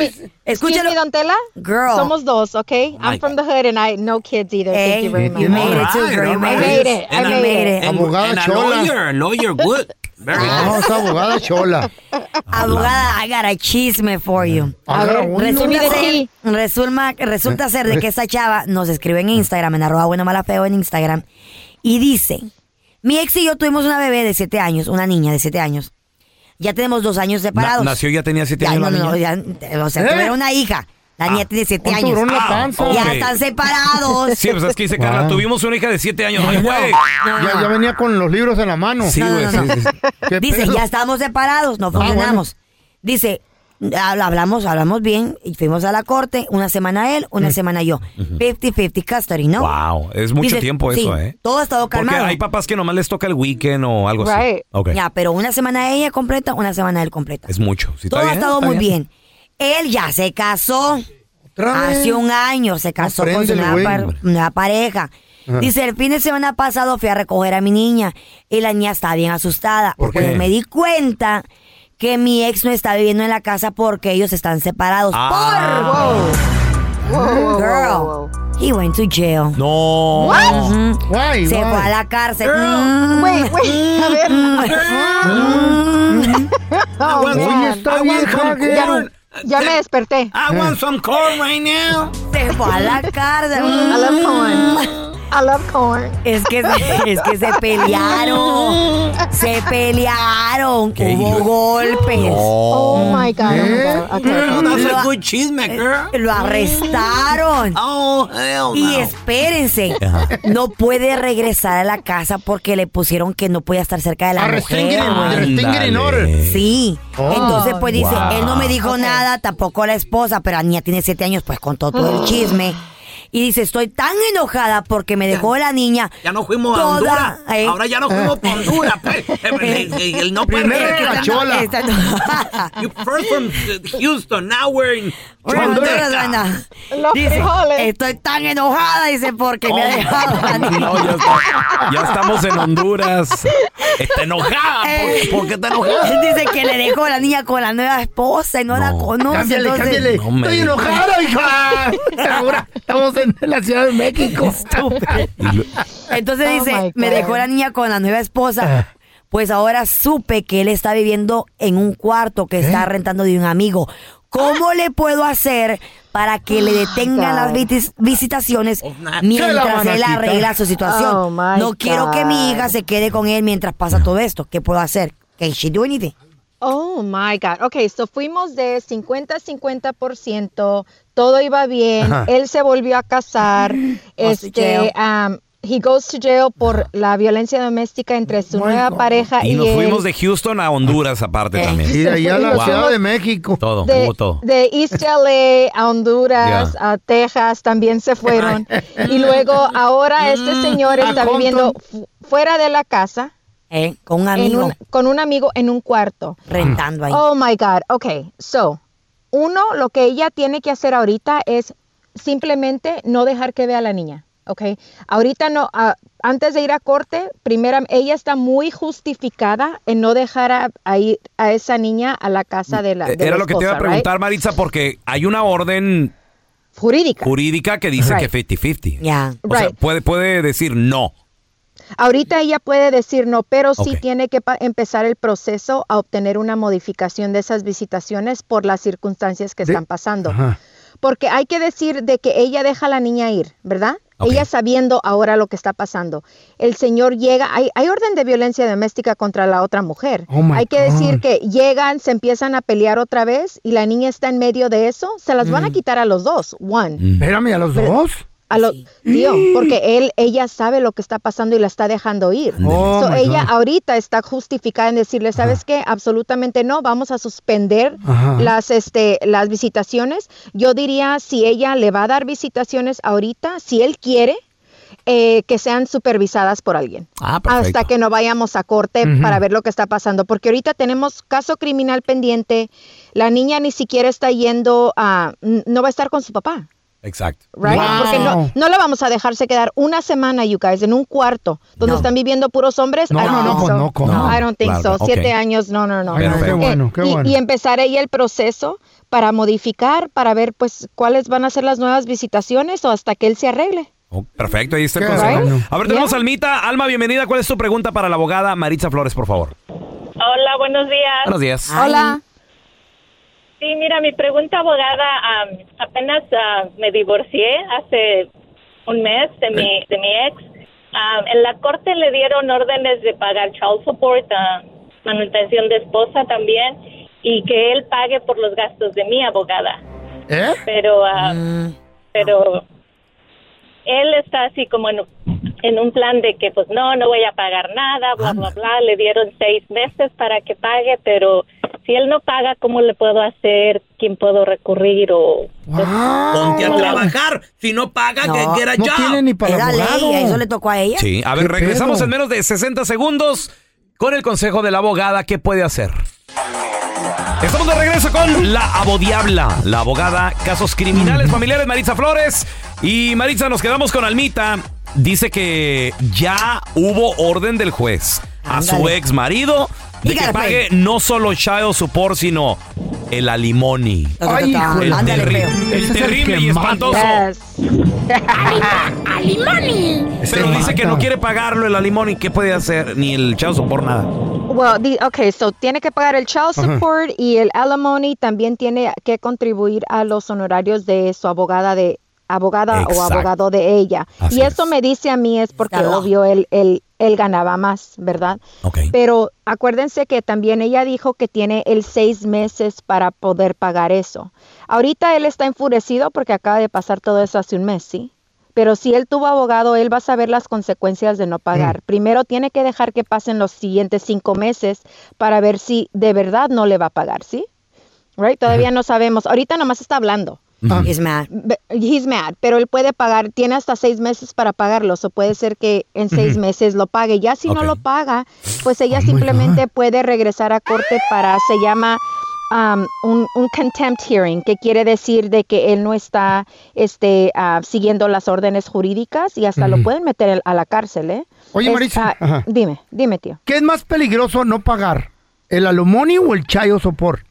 Speaker 19: Excuse me, Don Tela.
Speaker 7: Girl. Oh
Speaker 19: Somos dos, okay? I'm
Speaker 7: Ay.
Speaker 19: from the hood and I no kids either. Thank you very much.
Speaker 7: you made it too, girl. You
Speaker 19: I
Speaker 7: made
Speaker 19: made
Speaker 7: it.
Speaker 19: it. I
Speaker 7: And I
Speaker 19: made it.
Speaker 15: And-
Speaker 8: Abogada
Speaker 15: and a
Speaker 8: chola. Ah,
Speaker 15: lawyer, a lawyer good. Very
Speaker 8: No,
Speaker 15: good.
Speaker 8: esa abogada
Speaker 15: [laughs]
Speaker 8: chola.
Speaker 7: Abogada, I got a chisme for you.
Speaker 8: A ver, bueno.
Speaker 7: resulta
Speaker 8: Mire,
Speaker 7: ser, resulma- resulta ser de que esa chava nos escribe en Instagram, en arroba bueno mala feo en Instagram, y dice, mi ex y yo tuvimos una bebé de 7 años, una niña de 7 años. Ya tenemos dos años separados.
Speaker 6: Na- nació y ya tenía siete
Speaker 7: Ya,
Speaker 6: años
Speaker 7: no,
Speaker 6: la
Speaker 7: no,
Speaker 6: niña.
Speaker 7: ya, o sea,
Speaker 6: ¿Eh?
Speaker 7: tuvieron una hija. La
Speaker 15: Ah.
Speaker 7: niña tiene 7
Speaker 6: un
Speaker 7: años.
Speaker 6: tiburón en la panza.
Speaker 7: Ya
Speaker 6: Ok.
Speaker 7: están separados.
Speaker 6: Sí, pues es que dice Carla, tuvimos una hija de 7 años. Ay, güey.
Speaker 8: Ah. Ya, ya venía con los libros en la mano.
Speaker 6: Sí, güey, sí, sí,
Speaker 8: [laughs] ¿Qué
Speaker 7: Dice,
Speaker 8: pedo? Ah,
Speaker 7: ya estamos separados, no funcionamos. Dice, hab- hablamos, hablamos bien, y fuimos a la corte, una semana él,
Speaker 8: Mm.
Speaker 7: una semana yo. 50-50 custody, ¿no?
Speaker 6: Wow, es mucho
Speaker 7: Dice,
Speaker 6: tiempo
Speaker 7: sí,
Speaker 6: eso, ¿eh?
Speaker 7: Todo ha estado
Speaker 6: Porque
Speaker 7: calmado.
Speaker 6: hay papás que nomás les toca el weekend o algo así. Ok.
Speaker 7: Ya, pero una semana ella completa, una semana él completa.
Speaker 6: Es mucho. Sí, está
Speaker 7: todo ha
Speaker 6: bien,
Speaker 7: estado
Speaker 6: está
Speaker 7: muy bien. Él ya se casó.
Speaker 6: vez?
Speaker 7: Hace un año se casó con su
Speaker 6: Apréndele,
Speaker 7: nueva,
Speaker 6: güey.
Speaker 7: par- nueva pareja.
Speaker 6: Ajá.
Speaker 7: Dice, el fin de semana pasado fui a recoger a mi niña y la niña está bien asustada.
Speaker 6: ¿Por qué?
Speaker 7: Pues me di cuenta que mi ex no está viviendo en la casa porque ellos están separados.
Speaker 6: Ah.
Speaker 7: Por... Girl, he went to jail.
Speaker 6: No.
Speaker 7: What? Se
Speaker 6: why?
Speaker 7: fue a la cárcel. Mm.
Speaker 19: Girl. Wait, wait, a ver. Oh,
Speaker 7: Oye,
Speaker 19: man.
Speaker 7: esta
Speaker 19: I want
Speaker 7: vieja,
Speaker 19: some
Speaker 7: girl.
Speaker 19: corn. Ya me desperté.
Speaker 15: I want some corn right now.
Speaker 7: Eh. Se fue a la
Speaker 19: [laughs]
Speaker 7: cárcel.
Speaker 19: I love corn. I love corn.
Speaker 7: Es que, se- [laughs] es que se pelearon. Se pelearon. Hubo golpes.
Speaker 19: Oh my God. oh my God. Okay.
Speaker 15: Oh, that's
Speaker 7: Lo-
Speaker 15: a good chisme, girl.
Speaker 7: Lo arrestaron.
Speaker 15: Oh, hell
Speaker 7: Y
Speaker 15: no.
Speaker 7: espérense, no puede regresar a la casa porque le pusieron que no podía estar cerca de la
Speaker 8: Arrestinged
Speaker 7: mujer.
Speaker 8: in- arrestinged in order.
Speaker 7: Sí.
Speaker 8: Oh.
Speaker 7: Entonces, pues dice,
Speaker 8: Wow.
Speaker 7: él no me dijo nada, tampoco la esposa, pero la niña tiene siete años, pues contó todo
Speaker 19: Ah.
Speaker 7: el chisme. Y dice, estoy tan enojada porque me dejó la niña.
Speaker 15: Ya no fuimos
Speaker 7: Toda-
Speaker 15: a Honduras.
Speaker 7: ¿eh?
Speaker 15: Ahora ya
Speaker 7: [laughs]
Speaker 15: no fuimos a Honduras. pues. Eh, eh, El no
Speaker 7: Primero
Speaker 15: perder.
Speaker 7: que la chola. Esta no- [laughs]
Speaker 15: You first from uh, Houston, now we're in
Speaker 7: Bueno, Honduras,
Speaker 15: Choluteca.
Speaker 7: banda. Dice, estoy tan enojada, dice, porque me
Speaker 8: Oh,
Speaker 7: ha dejado
Speaker 8: [laughs]
Speaker 7: la niña.
Speaker 6: No, ya, está- ya estamos en Honduras. Está enojada. ¿Por,
Speaker 7: Eh.
Speaker 6: por qué está enojada?
Speaker 7: [laughs] Dice que le dejó la niña con la nueva esposa y no, la conoce.
Speaker 8: Cámbiale,
Speaker 7: entonces-
Speaker 8: cámbiale.
Speaker 6: No me
Speaker 8: Estoy
Speaker 6: digas.
Speaker 8: enojada, hija. [laughs] Ahora estamos en la Ciudad de México.
Speaker 7: Entonces
Speaker 8: Oh my
Speaker 7: dice,
Speaker 8: God.
Speaker 7: me dejó la niña con la nueva
Speaker 19: Ah.
Speaker 7: esposa. Pues ahora supe que él está viviendo en un cuarto que
Speaker 19: ¿Eh?
Speaker 7: está rentando de un amigo. ¿Cómo le puedo hacer para que le detengan
Speaker 19: Ah.
Speaker 7: las
Speaker 19: God.
Speaker 7: vitis- visitaciones
Speaker 19: Se la
Speaker 7: mientras
Speaker 19: van a
Speaker 7: él
Speaker 19: quitar.
Speaker 7: arregla su situación?
Speaker 19: Oh, my
Speaker 7: no quiero que mi
Speaker 19: God.
Speaker 7: hija se quede con él mientras pasa todo esto. ¿Qué puedo hacer? ¿Can she do anything?
Speaker 19: Oh my God. Ok, so fuimos de 50-50%, todo iba bien,
Speaker 7: Ajá.
Speaker 19: él se volvió a casar,
Speaker 7: [laughs] Goes to
Speaker 19: este, um, he goes to jail por la violencia doméstica entre su nueva pareja y,
Speaker 6: Y nos
Speaker 19: él.
Speaker 6: fuimos de Houston a Honduras aparte
Speaker 19: Eh.
Speaker 6: también.
Speaker 19: Y de ahí a la
Speaker 6: Wow.
Speaker 19: Ciudad de
Speaker 8: México.
Speaker 6: Todo,
Speaker 19: de,
Speaker 6: hubo todo.
Speaker 19: de East LA a Honduras, a Texas, también se fueron. y luego ahora
Speaker 7: Mm.
Speaker 19: este señor está viviendo fu- fuera de la casa.
Speaker 7: ¿Eh? Con un
Speaker 19: en
Speaker 7: amigo
Speaker 19: un- con un amigo en un cuarto.
Speaker 7: rentando ahí.
Speaker 19: Oh my God. Ok, so, uno, lo que ella tiene que hacer ahorita es simplemente no dejar que vea a la niña. Ok, ahorita no, ah, antes de ir a corte, primera, ella está muy justificada en no dejar a, a ir a esa niña a la casa de la. de la
Speaker 6: Eh, Era lo que te iba a
Speaker 19: esposa,
Speaker 6: preguntar, Maritza, porque hay una orden
Speaker 19: right? Jurídica.
Speaker 6: jurídica que dice
Speaker 19: Right.
Speaker 6: que 50-50.
Speaker 7: Ya.
Speaker 6: O sea,
Speaker 19: Right.
Speaker 6: puede, puede decir no.
Speaker 19: Ahorita ella puede decir no, pero sí
Speaker 20: Ok.
Speaker 19: tiene que pa- empezar el proceso a obtener una modificación de esas visitaciones por las circunstancias que están pasando. Porque hay que decir de que ella deja a la niña ir, ¿verdad? Ella sabiendo ahora lo que está pasando. El señor llega, hay, hay orden de violencia doméstica contra la otra mujer.
Speaker 20: Oh, my
Speaker 19: hay que decir
Speaker 20: God.
Speaker 19: que llegan, se empiezan a pelear otra vez y la niña está en medio de eso, se las van a
Speaker 8: Mm.
Speaker 19: quitar a los dos, one.
Speaker 20: Mm.
Speaker 8: Espérame, ¿a los dos?
Speaker 19: A lo,
Speaker 20: [gasps]
Speaker 19: tío, porque él, ella sabe lo que está pasando y la está dejando ir.
Speaker 8: Oh,
Speaker 19: So,
Speaker 8: my
Speaker 19: ella
Speaker 8: God.
Speaker 19: ahorita está justificada en decirle, ¿sabes qué? Absolutamente no, vamos a suspender
Speaker 20: Ajá.
Speaker 19: las, este, las visitaciones. Yo diría, si ella le va a dar visitaciones ahorita, si él quiere, eh, que sean supervisadas por alguien.
Speaker 20: Ah, perfecto.
Speaker 19: hasta que no vayamos a corte
Speaker 20: Ujú.
Speaker 19: para ver lo que está pasando, porque ahorita tenemos caso criminal pendiente, la niña ni siquiera está yendo a, no va a estar con su papá.
Speaker 20: Exacto.
Speaker 19: Right? Porque no, no la vamos a dejarse quedar una semana, you guys, en un cuarto donde
Speaker 20: No.
Speaker 19: están viviendo puros hombres.
Speaker 20: No,
Speaker 19: I don't
Speaker 20: no,
Speaker 19: think
Speaker 20: no,
Speaker 19: so.
Speaker 20: no, ¿cómo? No,
Speaker 19: I don't think
Speaker 20: claro,
Speaker 19: so.
Speaker 20: ok.
Speaker 19: Siete años, no, no, no.
Speaker 20: Ay, no, qué
Speaker 19: Eh,
Speaker 20: bueno, qué
Speaker 19: y-
Speaker 20: bueno.
Speaker 19: Y, empezar ahí el proceso para modificar, para ver pues cuáles van a ser las nuevas visitaciones o hasta que él se arregle.
Speaker 6: Oh, Perfecto, ahí está el
Speaker 19: Qué
Speaker 6: consejo.
Speaker 19: bueno.
Speaker 6: A ver, tenemos a Almita. Alma, bienvenida. ¿Cuál es tu pregunta para la abogada Maritza Flores, por favor?
Speaker 21: Hola, buenos días.
Speaker 6: Buenos días.
Speaker 21: Hola. Sí, mira, mi pregunta, abogada, am, apenas ah, me divorcié hace un mes de mi, de mi ex. Am, en la corte le dieron órdenes de pagar child support, ah, manutención de esposa también, y que él pague por los gastos de mi abogada.
Speaker 8: ¿Eh? Mm.
Speaker 21: Pero, ah,
Speaker 9: Mm.
Speaker 21: pero él está así como en, en un plan de que pues no, no voy a pagar nada, bla, bla, bla. Le dieron seis meses para que pague, pero si él no paga, ¿cómo le puedo hacer? ¿Quién puedo recurrir? O, pues,
Speaker 15: Ponte a trabajar. Si no paga, que quiera ya.
Speaker 7: Era ley, eso le tocó a ella.
Speaker 6: Sí, a ver, regresamos en menos de 60 segundos con el consejo de la abogada. ¿Qué puede hacer? Estamos de regreso con la abodiabla, la abogada, casos criminales familiares, Maritza Flores. Y Maritza, nos quedamos con Almita. Dice que ya hubo orden del juez a su
Speaker 7: Ándale.
Speaker 6: ex marido de que
Speaker 7: Dígale, pues.
Speaker 6: pague no solo child support, sino el alimony.
Speaker 7: Ay, hijo,
Speaker 6: el
Speaker 7: ándale, pues.
Speaker 6: terrible,
Speaker 7: feo.
Speaker 6: el
Speaker 7: Ese es el
Speaker 6: terrible
Speaker 7: que
Speaker 6: y
Speaker 7: mata.
Speaker 6: espantoso.
Speaker 20: [laughs]
Speaker 19: ¡Alimani!
Speaker 6: Pero
Speaker 7: Este
Speaker 6: dice que no quiere pagarlo el alimón y qué puede hacer, ni el child support, nada.
Speaker 19: Well, di- ok, so tiene que pagar el child
Speaker 6: Ajá.
Speaker 19: support y el alimony también tiene que contribuir a los honorarios de su abogada de abogada o
Speaker 20: Exacto.
Speaker 19: abogado de ella. y eso me dice a mí es porque
Speaker 20: Está loco.
Speaker 19: obvio él, él, él ganaba más, ¿verdad? Pero acuérdense que también ella dijo que tiene el seis meses para poder pagar eso. Ahorita él está enfurecido porque acaba de pasar todo eso hace un mes, ¿sí? Pero si él tuvo abogado, él va a saber las consecuencias de no pagar. Primero tiene que dejar que pasen los siguientes cinco meses para ver si de verdad no le va a pagar, ¿sí? Right? Todavía no sabemos. Ahorita nomás está hablando.
Speaker 7: He's mad.
Speaker 19: Be- He's mad, pero él puede pagar, tiene hasta seis meses para pagarlo, o puede ser que en seis
Speaker 20: Ujú.
Speaker 19: meses lo pague. Ya si no lo paga, pues
Speaker 8: Oh
Speaker 19: ella simplemente puede regresar a corte para, se llama um, un, un contempt hearing, que quiere decir de que él no está este, ah, siguiendo las órdenes jurídicas y hasta lo
Speaker 8: Ujú.
Speaker 19: pueden meter a la cárcel, ¿eh?
Speaker 8: Oye,
Speaker 19: Es-
Speaker 8: Maritza,
Speaker 19: ah,
Speaker 8: ajá.
Speaker 19: dime, dime, tío.
Speaker 8: ¿Qué es más peligroso no pagar? ¿El alumoni o el chayo sopor?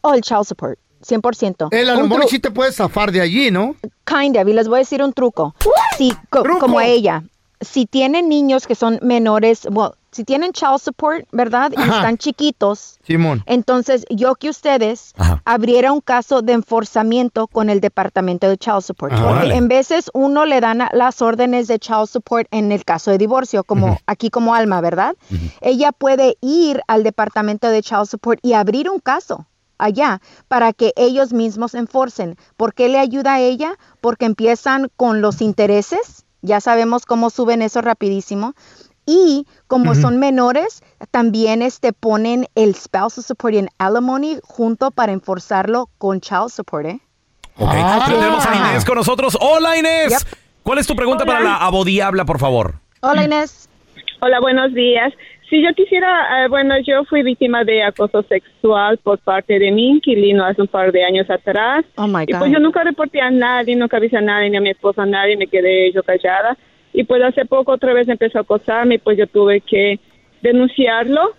Speaker 19: Oh, el child support, 100%.
Speaker 8: El
Speaker 19: Un
Speaker 8: alumoni
Speaker 19: tru-
Speaker 8: sí te puedes zafar de allí, ¿no?
Speaker 19: Kind of, y les voy a decir un truco. Si, co- Como ella, si tienen niños que son menores, well, si tienen child support, ¿verdad? Y
Speaker 8: Ajá.
Speaker 19: están chiquitos,
Speaker 8: Simón.
Speaker 19: entonces yo que ustedes abriera un caso de enforzamiento con el departamento de child support.
Speaker 20: Ah,
Speaker 19: porque
Speaker 20: órale.
Speaker 19: en veces uno le dan a- las órdenes de child support en el caso de divorcio, como aquí como Alma, ¿verdad? Ella puede ir al departamento de child support y abrir un caso allá para que ellos mismos enforcen. ¿Por qué le ayuda a ella? Porque empiezan con los intereses, ya sabemos cómo suben eso rapidísimo. Y como son menores, también este ponen el spousal support y el alimony junto para enforzarlo con child support, ¿eh?
Speaker 6: Ok.
Speaker 20: Ah.
Speaker 6: Pero tenemos a Inés con nosotros. Hola Inés.
Speaker 19: Yep.
Speaker 6: ¿Cuál es tu pregunta para la abodiabla, por favor?
Speaker 19: Hola Inés.
Speaker 22: Hola, buenos días. Si yo quisiera, eh, bueno, yo fui víctima de acoso sexual por parte de mi inquilino hace un par de años atrás.
Speaker 19: Oh my
Speaker 22: Y
Speaker 19: God.
Speaker 22: pues yo nunca reporté a nadie, nunca avisé a nadie, ni a mi esposa, a nadie, me quedé yo callada. Y pues hace poco otra vez empezó a acosarme y pues yo tuve que denunciarlo.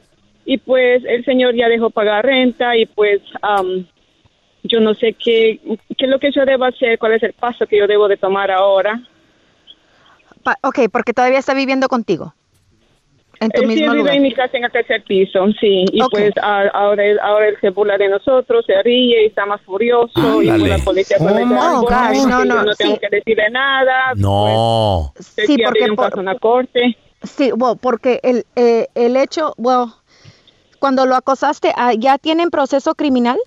Speaker 22: Y pues el señor ya dejó pagar renta y pues am, yo no sé qué, qué es lo que yo debo hacer, cuál es el paso que yo debo de tomar ahora.
Speaker 19: Pa- ok, porque todavía está viviendo contigo. En tu
Speaker 22: Él Eh, sí
Speaker 19: mismo
Speaker 22: vive
Speaker 19: lugar.
Speaker 22: en mi casa en el tercer piso, sí. Y
Speaker 19: Ok.
Speaker 22: pues a- ahora, él, ahora él se burla de nosotros, se ríe y está más furioso. Y pues, la
Speaker 6: Ándale.
Speaker 22: policía cuando
Speaker 6: Oh,
Speaker 22: está
Speaker 6: my
Speaker 22: en corte,
Speaker 6: gosh,
Speaker 22: dice,
Speaker 6: no,
Speaker 22: pues, "Yo
Speaker 6: no,
Speaker 22: tengo
Speaker 6: sí.
Speaker 22: que decirle nada.
Speaker 6: No.
Speaker 22: Usted quiere abrir un
Speaker 19: por-
Speaker 22: caso en la corte.
Speaker 19: Sí, bueno, porque el, eh, el hecho, bueno, cuando lo acosaste, ah, ¿ya tienen proceso criminal?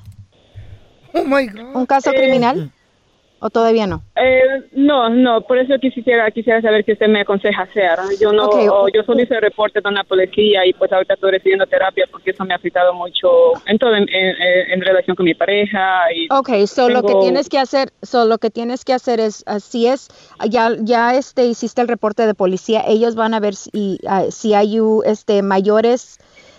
Speaker 8: Oh my God.
Speaker 19: ¿Un caso
Speaker 22: Eh,
Speaker 19: criminal? ¿O todavía no?
Speaker 22: Eh, no, no, por eso quisiera quisiera saber qué usted me aconseja hacer. Yo no,
Speaker 19: Ok.
Speaker 22: o yo solo hice reporte con la policía y pues ahorita estoy recibiendo terapia porque eso me ha afectado mucho en todo, en, en- en- en relación con mi pareja. Y
Speaker 19: Ok, so lo que
Speaker 22: tengo-
Speaker 19: tienes que hacer, so lo que tienes que hacer es, así es, ya, ya este, hiciste el reporte de policía, ellos van a ver si, ah, si hay u- este, mayores,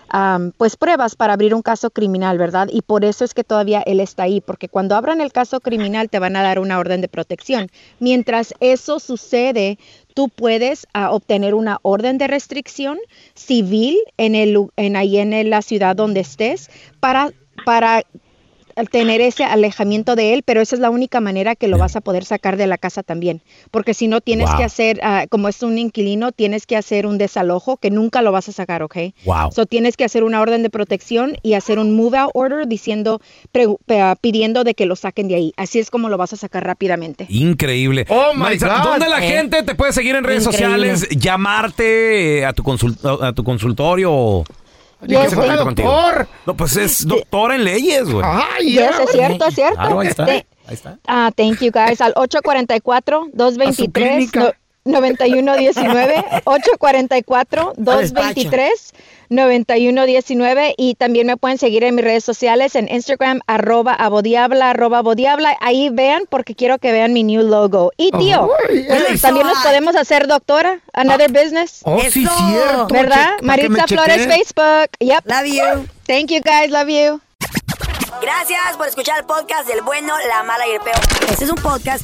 Speaker 19: am, pues pruebas para abrir un caso criminal, ¿verdad? Y por eso es que todavía él está ahí, porque cuando abran el caso criminal te van a dar una orden de protección. Mientras eso sucede, tú puedes ah, obtener una orden de restricción civil en el, lu- en ahí en la ciudad donde estés para para al tener ese alejamiento de él, pero esa es la única manera que lo vas a poder sacar de la casa también, porque si no tienes
Speaker 4: Wow.
Speaker 19: que hacer, ah, como es un inquilino, tienes que hacer un desalojo que nunca lo vas a sacar, ¿ok?
Speaker 4: Wow.
Speaker 19: So tienes que hacer una orden de protección y hacer un move out order diciendo, pregu- pe- ah, pidiendo de que lo saquen de ahí. Así es como lo vas a sacar rápidamente.
Speaker 6: Increíble.
Speaker 8: Oh, my
Speaker 6: Maritza,
Speaker 8: God.
Speaker 6: ¿Dónde la
Speaker 8: Eh.
Speaker 6: gente te puede seguir en redes
Speaker 8: Increíble.
Speaker 6: sociales? Llamarte eh, a tu, consulta- a tu consultorio o
Speaker 19: Y es-
Speaker 6: ¿Qué se contacta
Speaker 19: Soy
Speaker 6: contigo?
Speaker 19: doctor.
Speaker 6: No, pues es
Speaker 8: Este
Speaker 6: doctora en leyes, güey.
Speaker 19: Yes, es cierto, es cierto.
Speaker 6: Claro, ahí está.
Speaker 19: Te-
Speaker 6: Ahí está.
Speaker 19: Ah, thank you guys. Al 844-223. 9119
Speaker 8: [laughs]
Speaker 19: 844 223 9119 y también me pueden seguir en mis redes sociales en Instagram arroba abodiabla arroba abodiabla ahí vean porque quiero que vean mi new logo y tío pues,
Speaker 8: Ay, eso.
Speaker 19: también nos podemos hacer doctora another business
Speaker 8: Oh, sí, Eso. cierto.
Speaker 19: verdad
Speaker 8: Checa- para que me
Speaker 19: Maritza Flores
Speaker 8: chequeen.
Speaker 19: Facebook yep
Speaker 7: Love you.
Speaker 19: thank you guys love you
Speaker 7: Gracias por escuchar el podcast del bueno, la mala y el peor. Este es un podcast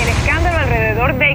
Speaker 20: El escándalo alrededor de